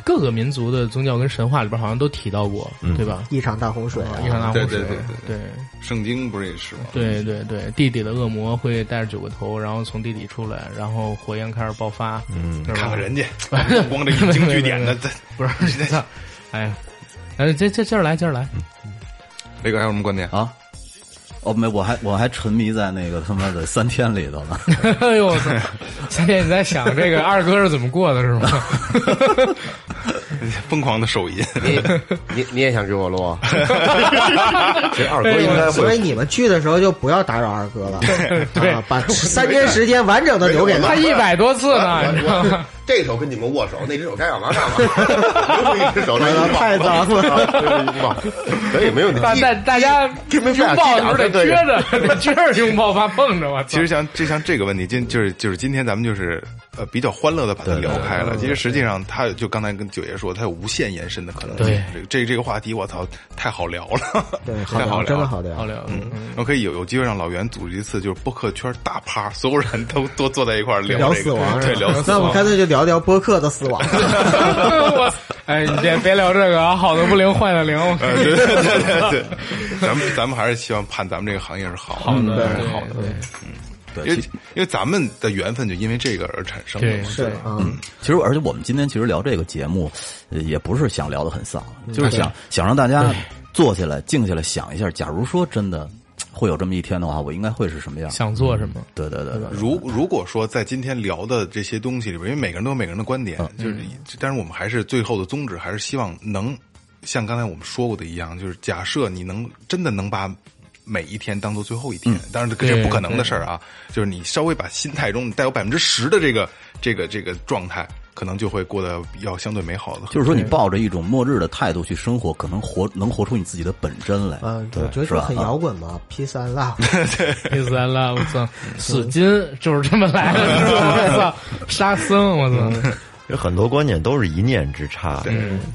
[SPEAKER 5] 各个民族的宗教跟神话里边好像都提到过，
[SPEAKER 6] 嗯
[SPEAKER 5] 对吧？
[SPEAKER 6] 一场大洪水啊
[SPEAKER 7] 嗯
[SPEAKER 5] 一场大洪水，
[SPEAKER 3] 对对
[SPEAKER 5] 对
[SPEAKER 3] 圣经不是也是吗？
[SPEAKER 5] 对对对，地底的恶魔会带着九个头，然后从地底出来，然后火焰开始爆发，嗯，
[SPEAKER 3] 看看人家，光这一京剧点 的，这
[SPEAKER 5] 不是，哎呀，哎，接接接着来，接着来，
[SPEAKER 3] 雷哥还有什么观点？
[SPEAKER 7] 啊，哦，没，我还我还沉迷在那个他妈的三天里头呢。
[SPEAKER 5] 哎呦我操！夏天你在想这个二哥是怎么过的，是吗？
[SPEAKER 3] 疯狂的手 淫，
[SPEAKER 4] 你你也想给我录啊？
[SPEAKER 1] 其实二哥应该
[SPEAKER 6] 所
[SPEAKER 1] 会，
[SPEAKER 6] 以你们去的时候就不要打扰二 哥了，
[SPEAKER 5] 对
[SPEAKER 6] 啊，把三天时间完整的留给
[SPEAKER 5] 他
[SPEAKER 6] 他。
[SPEAKER 5] 一百多次呢，你知道吗？
[SPEAKER 4] 这手跟你们握手，那只手该干嘛 干嘛，又一只手
[SPEAKER 6] 太脏
[SPEAKER 4] 了， 可以没问题。
[SPEAKER 5] 大大大家
[SPEAKER 4] 这没
[SPEAKER 5] 拥
[SPEAKER 4] 办
[SPEAKER 5] 抱
[SPEAKER 4] 法
[SPEAKER 5] 的时候得撅着，得 撅着拥抱，怕碰着。我操
[SPEAKER 3] 其实像就像这个问题，今就是就是今天咱们就是呃比较欢乐的把它聊开了。其实实际上，它就刚才跟九爷说，它有无限延伸的可能性
[SPEAKER 5] 对。
[SPEAKER 3] 这个这这个话题，我操，太好聊了，
[SPEAKER 6] 对，好
[SPEAKER 3] 太好
[SPEAKER 6] 聊，真的
[SPEAKER 3] 了。
[SPEAKER 6] 好聊。
[SPEAKER 5] 好聊，
[SPEAKER 3] 我可以有有机会让老袁组织一次，就是播客圈大趴， 所有人都都坐在一块儿聊
[SPEAKER 6] 聊
[SPEAKER 3] 这个
[SPEAKER 6] 死亡是
[SPEAKER 3] 对，
[SPEAKER 6] 吧
[SPEAKER 3] 聊死
[SPEAKER 6] 那我们
[SPEAKER 3] 亡。
[SPEAKER 6] 干脆就聊聊播客的死亡。
[SPEAKER 5] 我哎，你别别聊这个啊，好的不灵，坏的灵。我
[SPEAKER 3] 呃对对对对对， 咱们咱们还是希望盼咱们这个行业是好好
[SPEAKER 5] 嗯对
[SPEAKER 3] 好的，
[SPEAKER 5] 对
[SPEAKER 3] 因为因为咱们的缘分就因为这个而产生的
[SPEAKER 5] 对
[SPEAKER 3] 嘛。
[SPEAKER 6] 对，嗯，
[SPEAKER 7] 其实，而且我们今天其实聊这个节目，呃也不是想聊得很丧，
[SPEAKER 6] 嗯
[SPEAKER 7] 就是想想让大家坐下来、静下来想一下，假如说真的会有这么一天的话，我应该会是什么样？
[SPEAKER 5] 想做什么？
[SPEAKER 7] 对对对对，
[SPEAKER 3] 如如果说在今天聊的这些东西里边，因为每个人都有每个人的观
[SPEAKER 6] 嗯
[SPEAKER 3] 点，就是，但是我们还是最后的宗旨，还是希望能像刚才我们说过的一样，就是假设你能真的能把每一天当做最后一
[SPEAKER 6] 嗯
[SPEAKER 3] 天，当然这
[SPEAKER 5] 对
[SPEAKER 3] 是不可能的事儿啊，就是你稍微把心态中你带有百分之十的这个这个这个状态，可能就会过得要相对美好的。
[SPEAKER 7] 就是说你抱着一种末日的态度去生活，可能活能活出你自己的本真来。
[SPEAKER 6] 嗯，我觉得
[SPEAKER 7] 是
[SPEAKER 6] 这
[SPEAKER 7] 吧
[SPEAKER 6] 很
[SPEAKER 7] 啊
[SPEAKER 6] 摇滚嘛，Peace and Love。
[SPEAKER 5] 黑死人了，我操！死金就是这么来的，是吧我操！沙僧，我操！
[SPEAKER 1] 有很多观点都是一念之差。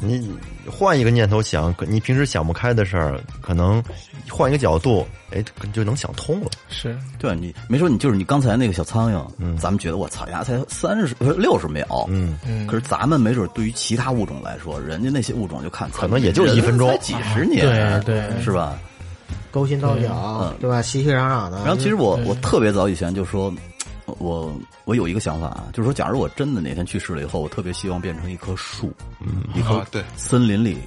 [SPEAKER 1] 你换一个念头想，可你平时想不开的事儿，可能换一个角度，哎，就能想通了。
[SPEAKER 5] 是
[SPEAKER 7] 对你没说你就是你刚才那个小苍蝇，
[SPEAKER 1] 嗯
[SPEAKER 7] 咱们觉得我操呀，才三十呃六十秒，嗯嗯，可是咱们没准对于其他物种来说，人家那些物种就看可
[SPEAKER 1] 能也就一分钟
[SPEAKER 7] 几十年，啊
[SPEAKER 5] 对对
[SPEAKER 7] 是吧？
[SPEAKER 6] 勾心斗角，对吧？熙熙攘攘的。
[SPEAKER 7] 然后其实我我特别早以前就说，我我有一个想法啊，就是说，假如我真的哪天去世了以后，我特别希望变成一棵树，
[SPEAKER 1] 嗯
[SPEAKER 7] 一棵
[SPEAKER 3] 啊对
[SPEAKER 7] 森林里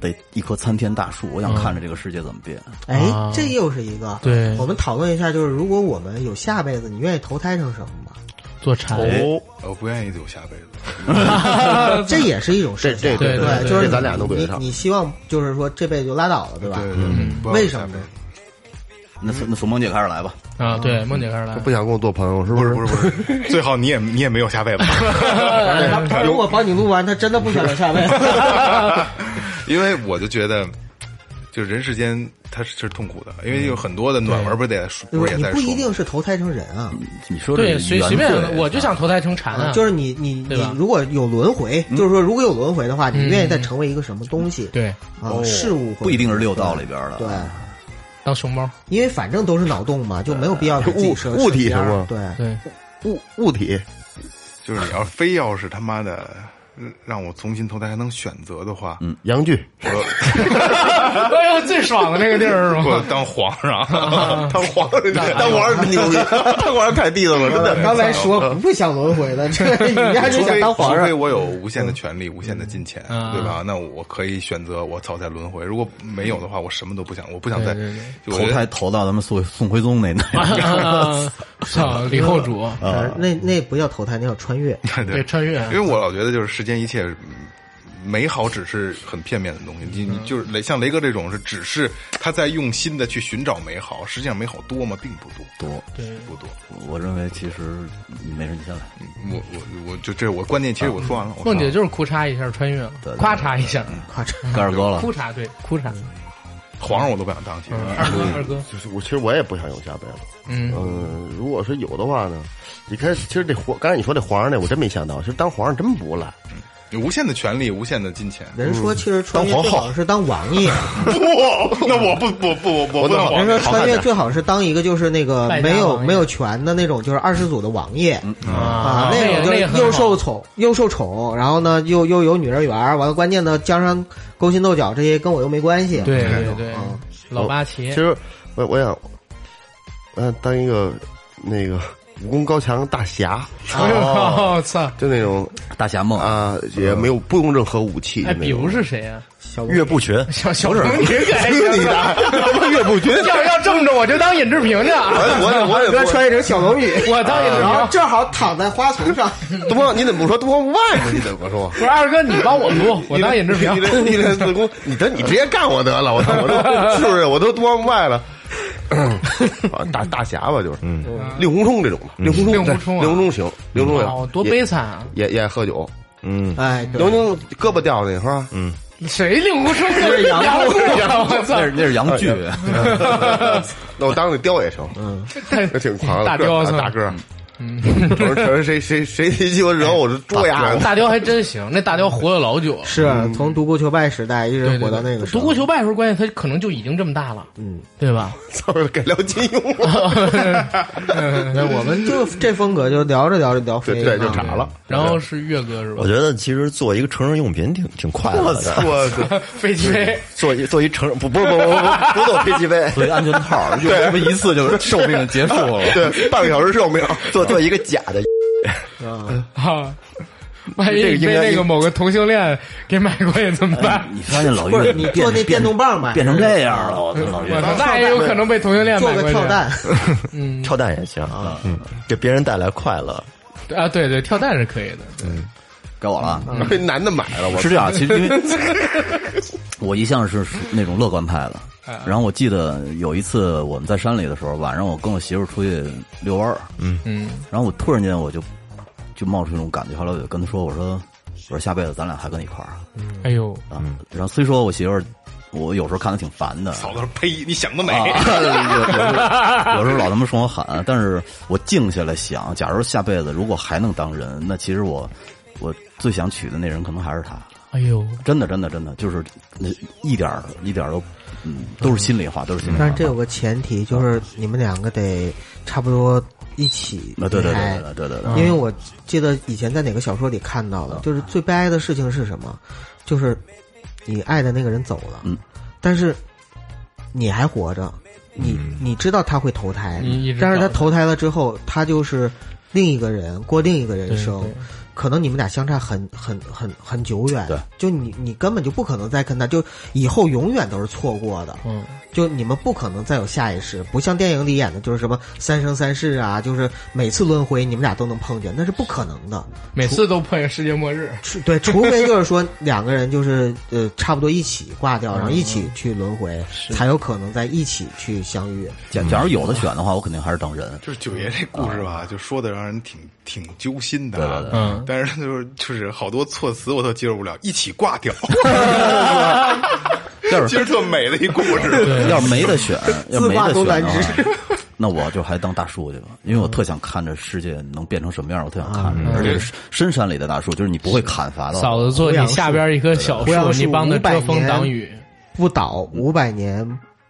[SPEAKER 7] 的一棵参天大树，我
[SPEAKER 5] 嗯
[SPEAKER 7] 想看着这个世界怎么变。
[SPEAKER 6] 哎
[SPEAKER 5] 啊，
[SPEAKER 6] 这又是一个。
[SPEAKER 5] 对
[SPEAKER 6] 我们讨论一下，就是如果我们有下辈子，你愿意投胎成什么吧？
[SPEAKER 5] 做柴，
[SPEAKER 3] 哦，我不愿意走下辈子，
[SPEAKER 6] 这也是一种事情。啊
[SPEAKER 4] 这这
[SPEAKER 5] 对对对
[SPEAKER 6] 就是
[SPEAKER 4] 这咱俩都
[SPEAKER 6] 你
[SPEAKER 4] 对
[SPEAKER 6] 你
[SPEAKER 4] 上
[SPEAKER 6] 你希望就是说这辈子就拉倒了，对吧？
[SPEAKER 3] 对对，不要
[SPEAKER 6] 嗯为什
[SPEAKER 3] 下
[SPEAKER 6] 么
[SPEAKER 3] 辈子
[SPEAKER 6] 呢？
[SPEAKER 7] 那从那从萌姐开始来吧，
[SPEAKER 5] 啊！对，梦姐开始来，
[SPEAKER 4] 不想跟我做朋友是不
[SPEAKER 3] 不
[SPEAKER 4] 是
[SPEAKER 3] 是？不是不是，最好你也你也没有下辈 子。
[SPEAKER 6] 他他如果帮你录完，他真的不想有下辈子。
[SPEAKER 3] 因为我就觉得，就是人世间它是是痛苦的，因为有很多的暖文不是也说，不是也
[SPEAKER 6] 嗯你
[SPEAKER 3] 在
[SPEAKER 6] 不一
[SPEAKER 3] 说
[SPEAKER 6] 定
[SPEAKER 3] 吗，
[SPEAKER 6] 是投胎成人啊，
[SPEAKER 7] 你说这
[SPEAKER 5] 对，
[SPEAKER 7] 个
[SPEAKER 5] 随
[SPEAKER 7] 原
[SPEAKER 5] 随便
[SPEAKER 7] 罪，
[SPEAKER 5] 我就想投胎成蝉啊，
[SPEAKER 6] 就是你你
[SPEAKER 5] 对
[SPEAKER 6] 你
[SPEAKER 5] 吧
[SPEAKER 6] 如果有轮回，就是说如果有轮回的话，你愿意再成为一个什么东西？
[SPEAKER 5] 对，
[SPEAKER 6] 啊，事物或者
[SPEAKER 7] 哦不一定是六道里边的，啊
[SPEAKER 6] 对，
[SPEAKER 5] 当熊猫，
[SPEAKER 6] 因为反正都是脑洞嘛，就没有必要给自己设
[SPEAKER 4] 物物体
[SPEAKER 6] 设边儿
[SPEAKER 4] 是吗
[SPEAKER 6] 对，
[SPEAKER 5] 对，
[SPEAKER 4] 物物体，
[SPEAKER 3] 就是你要非要是他妈的嗯让我重新投胎还能选择的话，嗯，
[SPEAKER 4] 阳具，
[SPEAKER 5] 哎呦，最爽的那个地儿是
[SPEAKER 3] 我
[SPEAKER 5] 吗？
[SPEAKER 3] 当皇 上，当皇上，
[SPEAKER 4] 当皇
[SPEAKER 6] 哎
[SPEAKER 4] 上牛逼，当皇上太地道了，真的。
[SPEAKER 6] 刚才说不想轮回的，这你家就
[SPEAKER 3] 除
[SPEAKER 6] 想
[SPEAKER 3] 非
[SPEAKER 6] 当皇
[SPEAKER 3] 除非
[SPEAKER 6] 上，
[SPEAKER 3] 我有无限的权利、无限的金钱，
[SPEAKER 5] 嗯
[SPEAKER 3] 对吧？那我可以选择我早在轮回。如果没有的话，我什么都不想，我不想
[SPEAKER 5] 对
[SPEAKER 3] 再
[SPEAKER 5] 对对
[SPEAKER 3] 就我觉
[SPEAKER 7] 投
[SPEAKER 3] 得
[SPEAKER 7] 胎投到咱们宋宋徽宗那那，
[SPEAKER 5] 啊 操，李后主，
[SPEAKER 4] 啊
[SPEAKER 6] 呃那那不叫投胎，那叫穿越。
[SPEAKER 5] 对，穿越
[SPEAKER 3] 因为我老觉得就是世间一切嗯美好只是很片面的东西，你你就是雷像雷哥这种是只是他在用心的去寻找美好，实际上美好多吗？并不多，
[SPEAKER 7] 多，
[SPEAKER 3] 不多。
[SPEAKER 7] 我认为其实没事，你先来。
[SPEAKER 3] 我我我就这我观念，其实我说完了。我说
[SPEAKER 5] 梦
[SPEAKER 3] 完
[SPEAKER 5] 姐
[SPEAKER 3] 了
[SPEAKER 5] 就是哭嚓一下穿越了，咔嚓一下，嗯
[SPEAKER 6] 夸张，
[SPEAKER 7] 盖二哥了，
[SPEAKER 5] 哭嚓对，哭嚓，
[SPEAKER 3] 皇上我都不想当，其实
[SPEAKER 5] 嗯，二哥二哥，
[SPEAKER 4] 就是我，其实我也不想有下辈子。
[SPEAKER 5] 嗯，
[SPEAKER 1] 呃
[SPEAKER 4] 嗯，如果是有的话呢，你看，其实这皇，刚才你说这皇上那，我真没想到，其实当皇上真不 赖。
[SPEAKER 3] 有无限的权利，无限的金钱。
[SPEAKER 5] 嗯
[SPEAKER 6] 人说其实穿越最好是当王爷，
[SPEAKER 3] 不，那我不不不我不当
[SPEAKER 6] 人
[SPEAKER 3] 皇
[SPEAKER 6] 说
[SPEAKER 3] 上。
[SPEAKER 6] 穿越最好是当一个就是那个
[SPEAKER 5] 败家
[SPEAKER 6] 没有
[SPEAKER 5] 王爷
[SPEAKER 6] 没有权的那种，就是二世祖的王爷
[SPEAKER 4] 嗯
[SPEAKER 6] 啊，
[SPEAKER 5] 那
[SPEAKER 6] 那
[SPEAKER 5] 个
[SPEAKER 6] 种
[SPEAKER 5] 那
[SPEAKER 6] 就
[SPEAKER 5] 个很
[SPEAKER 6] 是又
[SPEAKER 5] 好
[SPEAKER 6] 受宠又受宠，然后呢又又有女人缘儿，完了关键呢加上勾心斗角这些跟我又没关系，
[SPEAKER 5] 对对对
[SPEAKER 6] 嗯，
[SPEAKER 5] 老八旗
[SPEAKER 4] 呃其，实我我想，我想当一个那个武功高强大侠，
[SPEAKER 5] 我哎操！
[SPEAKER 4] 就那种
[SPEAKER 7] 大侠梦，
[SPEAKER 4] 啊，也没有不用任何武器。
[SPEAKER 5] 哎，
[SPEAKER 4] 就那
[SPEAKER 5] 比
[SPEAKER 4] 种
[SPEAKER 5] 如是谁啊？
[SPEAKER 1] 岳不群，
[SPEAKER 5] 小小沈你还行啊，
[SPEAKER 4] 岳不群，
[SPEAKER 5] 要要这么着我就当尹志平去啊！
[SPEAKER 4] 哎我得我得
[SPEAKER 6] 哥穿一身小龙女，
[SPEAKER 5] 我当尹志
[SPEAKER 6] 然后
[SPEAKER 5] 平。
[SPEAKER 6] 正好躺在花丛 上，
[SPEAKER 4] 东方，你怎么不说东方不败呢？你怎么说？
[SPEAKER 5] 不是二哥，你帮我读，我当尹志平
[SPEAKER 4] 你。这你这自宫，你这你直接干我得了，我操，我都是不是？我都东方不败了，啊大大侠吧，就是，嗯，令狐冲这种吧，令狐冲，
[SPEAKER 5] 令狐冲啊
[SPEAKER 4] 令狐冲行，令狐冲也
[SPEAKER 5] 哦，多悲惨啊！
[SPEAKER 4] 也也爱喝酒，
[SPEAKER 1] 嗯，
[SPEAKER 6] 哎，对
[SPEAKER 4] 刘宁胳膊掉那会儿，嗯，
[SPEAKER 5] 谁令狐冲就是杨过啊？我操
[SPEAKER 7] 那！是那是洋剧，
[SPEAKER 4] 那我当那雕也成，嗯， 那挺狂的，
[SPEAKER 5] 大雕是吧
[SPEAKER 4] 大个，嗯，我说谁谁谁谁鸡巴惹我，我就捉呀！
[SPEAKER 5] 大雕还真行，那大雕活了老久了。
[SPEAKER 6] 是啊从独孤求败时代一直
[SPEAKER 5] 对对
[SPEAKER 6] 活到
[SPEAKER 5] 对
[SPEAKER 6] 那个时
[SPEAKER 5] 独
[SPEAKER 6] 候。
[SPEAKER 5] 孤求败的时候，关键他可能就已经这么大了，嗯，对 吧？
[SPEAKER 4] 操，改聊金庸了，
[SPEAKER 6] 那我们就这风格就聊着聊着聊
[SPEAKER 4] 对
[SPEAKER 6] 飞
[SPEAKER 4] 对，就
[SPEAKER 6] 了啊
[SPEAKER 3] 嗯
[SPEAKER 4] 炸了，
[SPEAKER 5] 然后是岳哥是吧
[SPEAKER 1] 我？觉得其实做一个成人用品挺挺快乐的，
[SPEAKER 4] 我操！
[SPEAKER 5] 飞机杯，
[SPEAKER 1] 做一做一成人不不不不不不做飞机杯，
[SPEAKER 7] 所以安全套用这么一次就寿命结束了。
[SPEAKER 4] 对， 半个小时寿命，
[SPEAKER 1] 做做一个假的，
[SPEAKER 5] 啊，万一你被那个某个同性恋给买过去怎么办？
[SPEAKER 7] 你发现老
[SPEAKER 6] 不
[SPEAKER 7] 岳
[SPEAKER 6] 是你
[SPEAKER 7] 变
[SPEAKER 6] 做那电动棒吧
[SPEAKER 7] 变成这样了，我
[SPEAKER 4] 哎
[SPEAKER 7] 操老岳
[SPEAKER 5] 我操，那也有可能被同性恋
[SPEAKER 6] 做
[SPEAKER 5] 买
[SPEAKER 6] 个
[SPEAKER 5] 过
[SPEAKER 6] 跳
[SPEAKER 5] 去
[SPEAKER 6] 蛋，
[SPEAKER 1] 跳蛋也行啊，嗯，给别人带来快乐，
[SPEAKER 5] 啊！对对，跳蛋是可以的。
[SPEAKER 7] 该我了啊。
[SPEAKER 4] 男的买了，我
[SPEAKER 7] 是这样，其实因为我一向是属那种乐观派的。然后我记得有一次我们在山里的时候，晚上我跟我媳妇儿出去遛弯儿，嗯
[SPEAKER 5] 嗯，
[SPEAKER 7] 然后我突然间我就就冒出一种感觉，后来我就跟她说：“我说我说下辈子咱俩还跟一块儿啊。
[SPEAKER 6] 嗯
[SPEAKER 5] 哎呦，”
[SPEAKER 7] 然后虽说我媳妇儿，我有时候看她挺烦的，
[SPEAKER 3] 嫂子说呸，你想得美
[SPEAKER 7] 啊， 有有有时候老他妈冲我喊，但是我静下来想，假如下辈子如果还能当人，那其实我我最想娶的那人可能还是她。
[SPEAKER 5] 哎呦，
[SPEAKER 7] 真的，真的，真的，就是呃一点儿一点儿都，嗯，都是心里话，都是心里话。
[SPEAKER 6] 但是这有个前提，就是你们两个得差不多一起
[SPEAKER 7] 啊，对对
[SPEAKER 6] 离
[SPEAKER 7] 对
[SPEAKER 6] 开
[SPEAKER 7] 对对对
[SPEAKER 6] 因
[SPEAKER 7] 对，
[SPEAKER 6] 为我记得以前在哪个小说里看到的，就是最悲哀的事情是什么？就是你爱的那个人走了，
[SPEAKER 7] 嗯
[SPEAKER 6] 但是你还活着，你、
[SPEAKER 7] 嗯
[SPEAKER 6] 你知道他会投胎
[SPEAKER 5] 你一直，
[SPEAKER 6] 但是他
[SPEAKER 5] 找他
[SPEAKER 6] 投胎了之后，他就是另一个人，过另一个人生。
[SPEAKER 5] 对对
[SPEAKER 6] 可能你们俩相差很很很很久远，
[SPEAKER 7] 对，
[SPEAKER 6] 就你你根本就不可能再跟他，就以后永远都是错过的，
[SPEAKER 5] 嗯，
[SPEAKER 6] 就你们不可能再有下一世，不像电影里演的，就是什么三生三世啊，就是每次轮回你们俩都能碰见，那是不可能的。
[SPEAKER 5] 每次都碰见世界末日。
[SPEAKER 6] 除对，除非就是说两个人就是呃差不多一起挂掉，然后一起去轮回，才有可能在一起去相遇。
[SPEAKER 7] 假假如有的选的话，我肯定还是当人。
[SPEAKER 3] 就是九爷这故事吧，就说的让人挺挺揪心的啊，
[SPEAKER 5] 嗯
[SPEAKER 3] 但是他就是就是好多措辞我都接受不了，一起挂掉，
[SPEAKER 7] 就是
[SPEAKER 3] 其实特美的一故事。
[SPEAKER 5] 对，
[SPEAKER 7] 要是没得选，要
[SPEAKER 6] 自
[SPEAKER 7] 没得选
[SPEAKER 6] 挂
[SPEAKER 7] 的
[SPEAKER 6] 东南
[SPEAKER 7] 话，那我就还当大树去吧，因为我特想看这世界能变成什么样，我特想
[SPEAKER 5] 嗯
[SPEAKER 7] 看着，而且是深山里的大树，就是你不会砍伐到。
[SPEAKER 5] 嫂子做你下边一棵小
[SPEAKER 6] 胡杨
[SPEAKER 5] 树，
[SPEAKER 6] 树
[SPEAKER 5] 你帮他遮风挡雨。
[SPEAKER 6] 不倒五百年，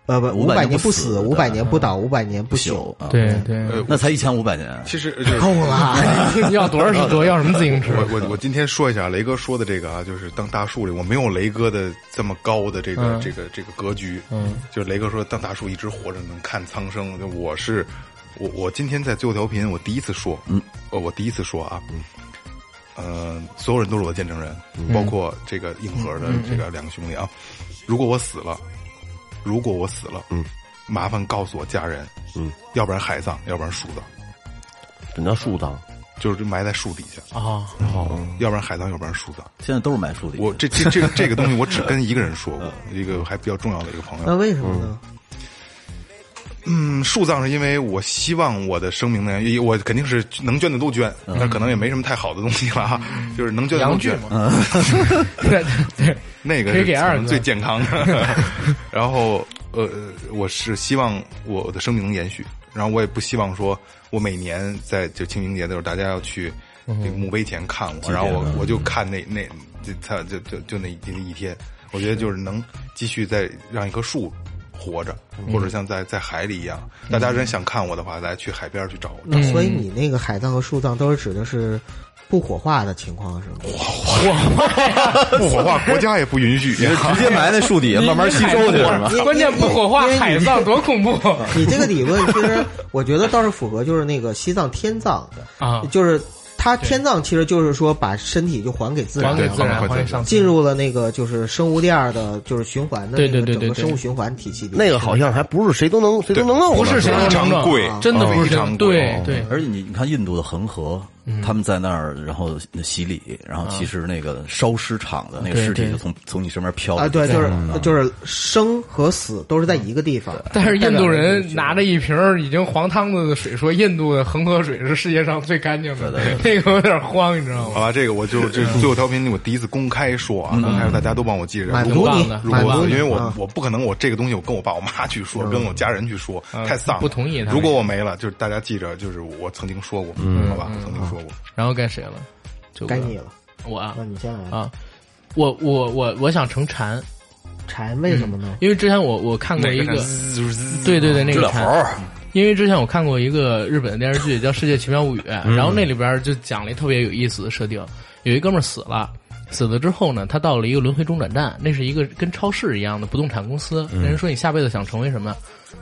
[SPEAKER 6] 呃不，
[SPEAKER 7] 500
[SPEAKER 6] 百
[SPEAKER 7] 年
[SPEAKER 6] 年
[SPEAKER 7] 不死
[SPEAKER 6] 死，五百
[SPEAKER 7] 对嗯
[SPEAKER 6] 年不倒，五百年不
[SPEAKER 7] 不
[SPEAKER 6] 朽
[SPEAKER 7] 朽，，啊
[SPEAKER 5] 对，对，
[SPEAKER 7] 那才一千五百年。啊
[SPEAKER 3] 其实就是
[SPEAKER 6] 够 了。
[SPEAKER 5] 要多少多要什么自行车？
[SPEAKER 3] 我我我今天说一下雷哥说的这个啊，就是当大树里，我没有雷哥的这么高的这个、
[SPEAKER 5] 嗯
[SPEAKER 3] 这个这个格局。
[SPEAKER 5] 嗯，
[SPEAKER 3] 就是雷哥说当大树一直活着能看苍生，就我是我我今天在最后调频我第一次说，嗯，我第一次说啊，嗯，呃，所有人都是我的见证人，包括这个硬核的这个两个兄弟啊。如果我死了，如果我死了，嗯，麻烦告诉我家人，嗯，要不然海葬，要不然树葬，
[SPEAKER 4] 怎么叫树葬？
[SPEAKER 3] 就是埋在树底下，嗯
[SPEAKER 5] 啊，
[SPEAKER 3] 要不然海葬，要不然树葬。
[SPEAKER 7] 现在都是买树的。
[SPEAKER 3] 我这这这个这个东西，我只跟一个人说过，一个还比较重要的一个朋
[SPEAKER 6] 那
[SPEAKER 3] 友。
[SPEAKER 6] 为什么呢？
[SPEAKER 3] 嗯，树葬是因为我希望我的生命呢，也我肯定是能捐的都捐，但可能也没什么太好的东西了啊，就是能捐的都
[SPEAKER 5] 洋剧
[SPEAKER 3] 捐。
[SPEAKER 5] 嘛。对对，
[SPEAKER 3] 那个
[SPEAKER 5] 可以
[SPEAKER 3] 是
[SPEAKER 5] 给二
[SPEAKER 3] 可
[SPEAKER 5] 哥
[SPEAKER 3] 能最健康 的。然后呃，我是希望我的生命能延续，然后我也不希望说我每年在就清明节的时候，大家要去
[SPEAKER 5] 嗯
[SPEAKER 3] 这个墓碑前看我，然后我我就看那那就他就就就那那一天，我觉得就是能继续再让一棵树活着，
[SPEAKER 5] 嗯
[SPEAKER 3] 或者像在在海里一样。大家真想看我的话，来去海边去 找我。
[SPEAKER 7] 嗯
[SPEAKER 6] 所以你那个海葬和树葬都是指的是不火化的情况是吗？
[SPEAKER 3] 不火化，国家也不允 许。
[SPEAKER 7] 直接埋在树底下慢慢吸收去是吗？
[SPEAKER 5] 关键不火化海葬多恐怖
[SPEAKER 6] 你这个理论其实我觉得倒是符合，就是那个西藏天葬的，
[SPEAKER 5] 啊！
[SPEAKER 6] 就是它天葬其实就是说把身体就还给自然
[SPEAKER 5] 还给
[SPEAKER 3] 对
[SPEAKER 5] 自然，
[SPEAKER 3] 还给
[SPEAKER 5] 还给上
[SPEAKER 6] 进入了那个就是生物链儿的，就是循环的
[SPEAKER 5] 对
[SPEAKER 6] 那
[SPEAKER 5] 对
[SPEAKER 6] 个
[SPEAKER 5] 对
[SPEAKER 6] 整
[SPEAKER 5] 对
[SPEAKER 6] 个
[SPEAKER 5] 对
[SPEAKER 6] 生物循环体系里。
[SPEAKER 4] 那个好像还不是谁都能谁都能弄的，
[SPEAKER 5] 不是谁都
[SPEAKER 3] 非
[SPEAKER 5] 能
[SPEAKER 3] 常
[SPEAKER 5] 弄
[SPEAKER 3] 贵
[SPEAKER 5] 真的
[SPEAKER 3] 啊
[SPEAKER 5] 不是
[SPEAKER 3] 非常贵
[SPEAKER 5] 对对，
[SPEAKER 7] 而且你你看印度的恒河，
[SPEAKER 5] 嗯
[SPEAKER 7] 他们在那儿然后洗礼，然后其实那个烧尸场的那个
[SPEAKER 5] 啊对
[SPEAKER 7] 尸体
[SPEAKER 5] 对
[SPEAKER 7] 就从从你身边飘
[SPEAKER 6] 啊，
[SPEAKER 7] 过
[SPEAKER 6] 对，
[SPEAKER 7] 去
[SPEAKER 6] 就是
[SPEAKER 7] 嗯
[SPEAKER 6] 就是生和死都是在一个地方。
[SPEAKER 5] 但是印度
[SPEAKER 6] 代表着
[SPEAKER 5] 人拿着一瓶儿已经黄汤子的水说，印度的恒河水是世界上最干净的，那个有点慌，你知道
[SPEAKER 3] 好
[SPEAKER 5] 吗？
[SPEAKER 3] 吧，这个我就这
[SPEAKER 5] 嗯
[SPEAKER 3] 最后调频，我第一次公开说啊，公开说大家都帮我记着。
[SPEAKER 6] 满
[SPEAKER 3] 如
[SPEAKER 5] 挺
[SPEAKER 6] 足
[SPEAKER 3] 果
[SPEAKER 5] 棒
[SPEAKER 6] 你
[SPEAKER 5] 的，
[SPEAKER 3] 如
[SPEAKER 6] 满
[SPEAKER 3] 果
[SPEAKER 6] 足你，
[SPEAKER 3] 因为我
[SPEAKER 6] 啊
[SPEAKER 3] 我不可能我这个东西我跟我爸我妈去说，跟我家人去说，太丧了。
[SPEAKER 5] 嗯啊不同意他们
[SPEAKER 3] 如果我没了，就是大家记着，就是我曾经说过，
[SPEAKER 5] 嗯
[SPEAKER 3] 好吧，我曾经说过。
[SPEAKER 5] 然后该谁了？就我
[SPEAKER 6] 该你了，
[SPEAKER 5] 我啊
[SPEAKER 6] 那你先来。
[SPEAKER 5] 啊！我我我我想成蝉，
[SPEAKER 6] 蝉为什么呢？
[SPEAKER 5] 因为之前我我看嗯过一个，
[SPEAKER 3] 嗯
[SPEAKER 5] 对对对，那
[SPEAKER 7] 知
[SPEAKER 5] 个
[SPEAKER 7] 了猴
[SPEAKER 5] 蝉，
[SPEAKER 7] 儿，
[SPEAKER 5] 因为之前我看过一个日本的电视剧叫《世界奇妙物语》，
[SPEAKER 7] 嗯
[SPEAKER 5] 然后那里边就讲了一特别有意思的设定，有一哥们儿死了。死了之后呢，他到了一个轮回中转站，那是一个跟超市一样的不动产公司。
[SPEAKER 7] 嗯
[SPEAKER 5] 那人说你下辈子想成为什么？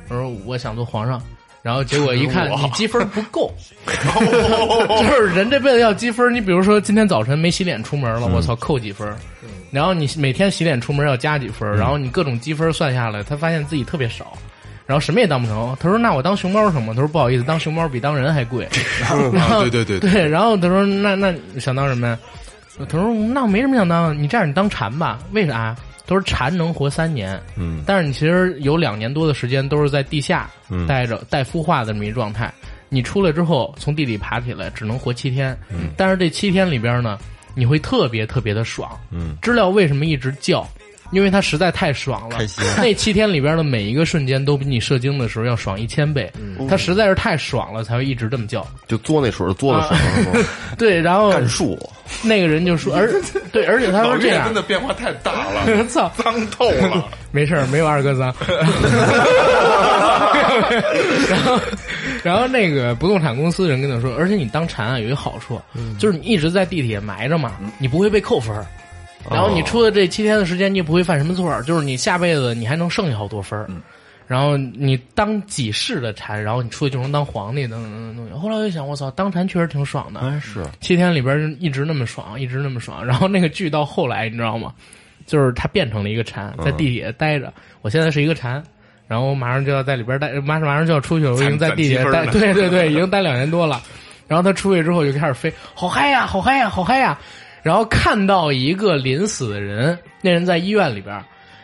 [SPEAKER 5] 我说我想做皇上。然后结果一看，你积分不够，
[SPEAKER 3] 哦
[SPEAKER 5] 就是人这辈子要积分。你比如说今天早晨没洗脸出门了，我操，扣几分？然后你每天洗脸出门要加几分，然后你各种积分算下来，他发现自己特别少。然后什么也当不成，他说：“那我当熊猫什么？”他说：“不好意思，当熊猫比当人还贵。然后
[SPEAKER 3] 啊，对对对，
[SPEAKER 5] 对，然后他说：“那那你想当什么呀？”他说：“嗯那我没什么想当，你这样你当蝉吧？为啥？”他说：“蝉能活三年，嗯，但是你其实有两年多的时间都是在地下待着、待孵化的这么一状态。你出来之后，从地里爬起来，只能活七天。嗯，但是这七天里边呢，你会特别特别的爽。嗯，知了为什么一直叫？因为它实在太爽了，
[SPEAKER 1] 开心
[SPEAKER 5] 那七天里边的每一个瞬间都比你射精的时候要爽一千倍，它实在是太爽了，才会一直这么叫。
[SPEAKER 4] 就嘬那水儿嘬的水儿
[SPEAKER 1] 啊
[SPEAKER 4] 是吧，
[SPEAKER 5] 对，然后
[SPEAKER 4] 干树，
[SPEAKER 5] 那个人就说， 而对，而且他说这样，嗯
[SPEAKER 3] 变化太大
[SPEAKER 5] 我 操，
[SPEAKER 3] 脏透了。
[SPEAKER 5] 没事儿，没有二哥 脏。然后，然后那个不动产公司人跟他说，而且你当蝉啊有一个好处，
[SPEAKER 4] 嗯
[SPEAKER 5] 就是你一直在地铁埋着嘛，你不会被扣分儿。
[SPEAKER 4] 哦
[SPEAKER 5] 然后你出的这七天的时间，你也不会犯什么错儿，就是你下辈子你还能剩下好多分
[SPEAKER 4] 嗯
[SPEAKER 5] 儿。然后你当几世的蝉，然后你出去就能当皇帝，等等等等等。后来我就想，我操，当蝉确实挺爽的。
[SPEAKER 4] 哎是，
[SPEAKER 5] 七天里边一直那么爽，一直那么爽。然后那个剧到后来，你知道吗？就是他变成了一个蝉，
[SPEAKER 3] 嗯
[SPEAKER 5] 在地铁待着。我现在是一个蝉，然后我马上就要在里边待，马上马上就要出去了，我已经在地铁
[SPEAKER 3] 攒
[SPEAKER 5] 待，
[SPEAKER 3] 积分
[SPEAKER 5] 对对对，已经待两年多了。然后他出去之后就开始飞，好嗨呀，好嗨呀，好嗨呀。然后看到一个临死的人，那人在医院里边，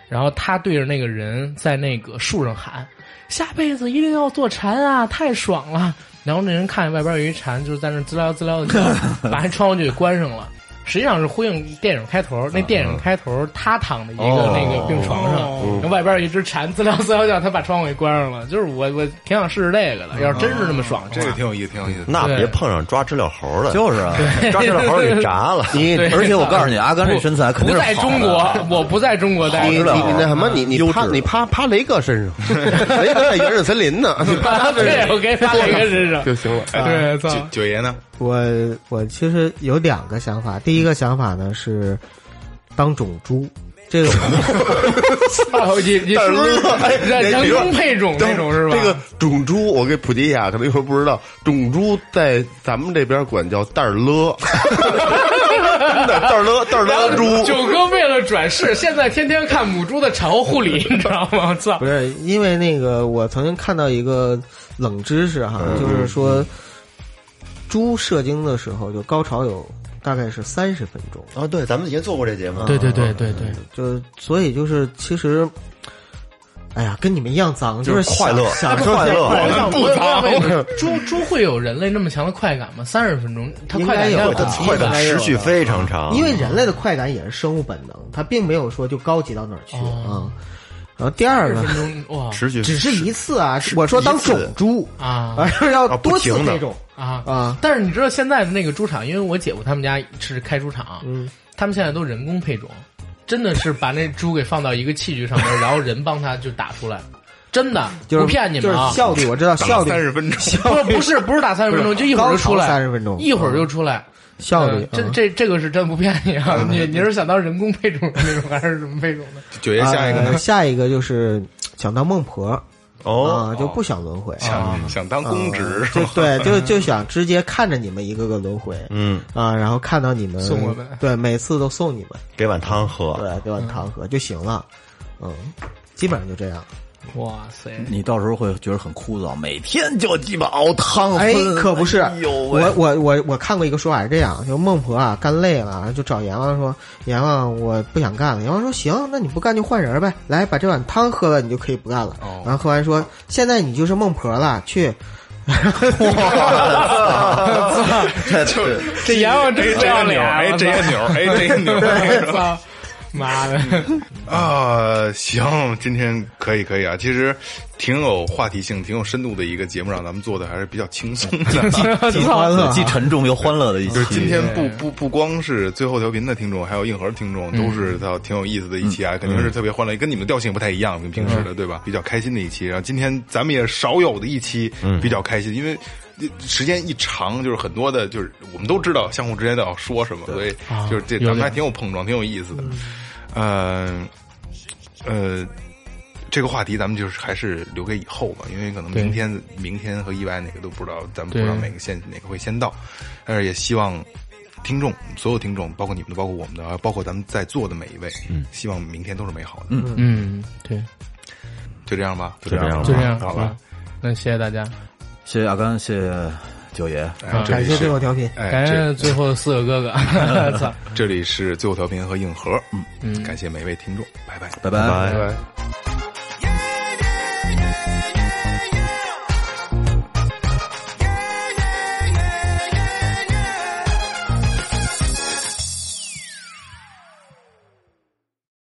[SPEAKER 5] 然后他对着那个人在那个树上喊：“下辈子一定要做蝉啊，太爽了！”然后那人看见外边有一蝉，就是在那滋撩滋撩的，把那窗户就给关上了。实际上是呼应电影开头，那电影开头他躺在一个那个病床上，然后外边有一只蝉滋撩滋撩叫，他把窗户给关上了。就是我我挺想试试这个的，要是真是那么爽的 话，
[SPEAKER 3] 这个挺有意思，挺有意思。
[SPEAKER 1] 那
[SPEAKER 5] 对
[SPEAKER 1] 别碰上抓知了猴了，
[SPEAKER 7] 就是啊。
[SPEAKER 1] 抓知了猴给炸 了。
[SPEAKER 4] 你
[SPEAKER 5] 对
[SPEAKER 7] 而且我告诉你，阿甘这身材肯
[SPEAKER 5] 不
[SPEAKER 7] 定是
[SPEAKER 5] 在
[SPEAKER 7] 好的
[SPEAKER 5] 中国，我不在中国待
[SPEAKER 4] 你你
[SPEAKER 5] 着。
[SPEAKER 4] 你那什么，你你趴你趴趴雷哥身上，雷哥在原始森林 呢，你趴他身
[SPEAKER 5] 对，
[SPEAKER 4] 上
[SPEAKER 5] 我给发了一个身上。
[SPEAKER 4] 就行了。
[SPEAKER 5] 对，操，
[SPEAKER 3] 九九爷呢？
[SPEAKER 6] 我我其实有两个想法，第一个想法呢是当种猪，这个
[SPEAKER 5] 你你是不是人人工配种那种是吧？
[SPEAKER 4] 这个种猪，我给普及一下，可能有人不知道，种猪在咱们这边管叫蛋儿勒，真的蛋儿勒蛋儿勒猪，
[SPEAKER 5] 九哥为了转世，现在天天看母猪的产后护理，你知道吗？操
[SPEAKER 6] 不！是因为那个我曾经看到一个冷知识哈，
[SPEAKER 1] 嗯
[SPEAKER 6] 就是说猪射精的时候就高潮有大概是三十分钟，
[SPEAKER 1] 啊，对，咱们以前做过这节目。
[SPEAKER 5] 对对对对对，
[SPEAKER 6] 就所以就是其实。哎呀，跟你们一样脏，
[SPEAKER 1] 就是
[SPEAKER 6] 是
[SPEAKER 1] 快乐
[SPEAKER 6] 享享受
[SPEAKER 1] 快乐
[SPEAKER 6] 快乐
[SPEAKER 5] 不脏。猪猪会有人类那么强的快感吗？三十分钟，它
[SPEAKER 6] 应
[SPEAKER 5] 快
[SPEAKER 6] 该
[SPEAKER 5] 感
[SPEAKER 6] 有
[SPEAKER 5] 要
[SPEAKER 6] 的
[SPEAKER 1] 它快感持续非常长，
[SPEAKER 6] 因为人类的快感也是生物本能，它并没有说就高级到哪儿去啊、
[SPEAKER 5] 哦
[SPEAKER 6] 然后第二
[SPEAKER 5] 三
[SPEAKER 6] 个
[SPEAKER 5] 十，分钟哇
[SPEAKER 1] 持续
[SPEAKER 6] 只是一次啊，我说当种猪
[SPEAKER 5] 啊
[SPEAKER 6] 啊， 要
[SPEAKER 1] 啊不
[SPEAKER 6] 多次
[SPEAKER 1] 停的
[SPEAKER 6] 那种
[SPEAKER 5] 啊！
[SPEAKER 6] 啊，
[SPEAKER 5] 但是你知道现在的那个猪场，因为我姐夫他们家是开猪场，
[SPEAKER 6] 嗯，
[SPEAKER 5] 他们现在都人工配种，真的是把那猪给放到一个器具上面，然后人帮他就打出来。真的
[SPEAKER 6] 就是
[SPEAKER 5] 不骗你们啊
[SPEAKER 6] 就是！效率我知道效率
[SPEAKER 3] 三十分钟，
[SPEAKER 5] 不不是不是打三十分钟，就一会儿就出来，
[SPEAKER 6] 高潮30分钟
[SPEAKER 5] 一会儿就出来。
[SPEAKER 6] 效率
[SPEAKER 5] 呃，这
[SPEAKER 6] 嗯
[SPEAKER 5] 这这个是真不骗你啊！你你是想当人工配种的那种，还是什么配种的？
[SPEAKER 3] 九爷下一个呢
[SPEAKER 6] 呃？下一个就是想当孟婆啊，
[SPEAKER 1] 哦，
[SPEAKER 6] 就不想轮回。啊
[SPEAKER 5] 啊
[SPEAKER 3] 想想当公
[SPEAKER 5] 嗯
[SPEAKER 3] 职是
[SPEAKER 6] 就
[SPEAKER 3] 吗？
[SPEAKER 6] 对，就就想直接看着你们一个个轮回，
[SPEAKER 1] 嗯，
[SPEAKER 6] 啊，然后看到你们
[SPEAKER 5] 送我们
[SPEAKER 6] 对，每次都送你们，
[SPEAKER 1] 给碗汤喝，
[SPEAKER 6] 对，给碗糖喝就行了，嗯，基本上就这样。
[SPEAKER 5] 哇塞！
[SPEAKER 7] 你到时候会觉得很枯燥，每天就鸡巴熬汤
[SPEAKER 6] 哎，
[SPEAKER 7] 分，
[SPEAKER 6] 可不是，
[SPEAKER 7] 哎呦喂
[SPEAKER 6] 我我我我看过一个说法是这样，就孟婆啊干累了，就找阎王说，阎王我不想干了，阎王说行，那你不干就换人呗，来把这碗汤喝了，你就可以不干了。
[SPEAKER 3] 哦
[SPEAKER 6] 然后喝完说，现在你就是孟婆了，去。
[SPEAKER 3] 就
[SPEAKER 5] 这阎王真
[SPEAKER 3] 哎
[SPEAKER 5] 不
[SPEAKER 3] 这
[SPEAKER 5] 要
[SPEAKER 3] 个
[SPEAKER 5] 脸啊
[SPEAKER 3] 钮，哎这个钮，哎这个钮，
[SPEAKER 5] 我操！ 妈的，
[SPEAKER 3] 啊，行，今天可以可以啊，其实挺有话题性、挺有深度的一个节目，让咱们做的还是比较轻松的。
[SPEAKER 5] 挺
[SPEAKER 6] 欢乐啊
[SPEAKER 7] 既沉重又欢乐的一期。
[SPEAKER 3] 就是今天不不不光是最后调频的听众，还有硬核的听众，
[SPEAKER 5] 嗯
[SPEAKER 3] 都是到挺有意思的一期啊，肯定是特别欢乐，跟你们调性不太一样，跟平
[SPEAKER 5] 嗯
[SPEAKER 3] 时的对吧？比较开心的一期，然后今天咱们也少有的一期
[SPEAKER 5] 嗯
[SPEAKER 3] 比较开心，因为。时间一长，就是很多的，就是我们都知道相互之间都要说什么，所以
[SPEAKER 5] 啊
[SPEAKER 3] 就是这
[SPEAKER 5] 有点
[SPEAKER 3] 咱们还挺有碰撞，挺有意思的。嗯，呃，这个话题咱们就是还是留给以后吧，因为可能
[SPEAKER 5] 对
[SPEAKER 3] 明天、明天和意外哪个都不知道，咱们不
[SPEAKER 5] 对
[SPEAKER 3] 知道哪个先哪个会先到，但是也希望听众所有听众，包括你们的，包括我们的，包括咱们在座的每一位，嗯，希望明天都是美好的。嗯，
[SPEAKER 5] 嗯，对，
[SPEAKER 3] 就这样吧，就
[SPEAKER 1] 这样吧
[SPEAKER 5] 就这样
[SPEAKER 3] 好
[SPEAKER 5] 吧
[SPEAKER 3] 吧。。
[SPEAKER 5] 那谢谢大家，
[SPEAKER 7] 谢谢阿甘，谢谢九爷，
[SPEAKER 3] 哎这
[SPEAKER 6] 啊感
[SPEAKER 3] 里
[SPEAKER 6] 谢最
[SPEAKER 3] 是
[SPEAKER 6] 后调频，
[SPEAKER 3] 哎，
[SPEAKER 5] 感
[SPEAKER 3] 这
[SPEAKER 5] 谢最后四个哥哥， 操！
[SPEAKER 3] 嗯
[SPEAKER 5] 嗯
[SPEAKER 3] 这里是最后调频和硬核，嗯，感谢每一位听众，拜拜。
[SPEAKER 7] 拜拜
[SPEAKER 1] 拜拜。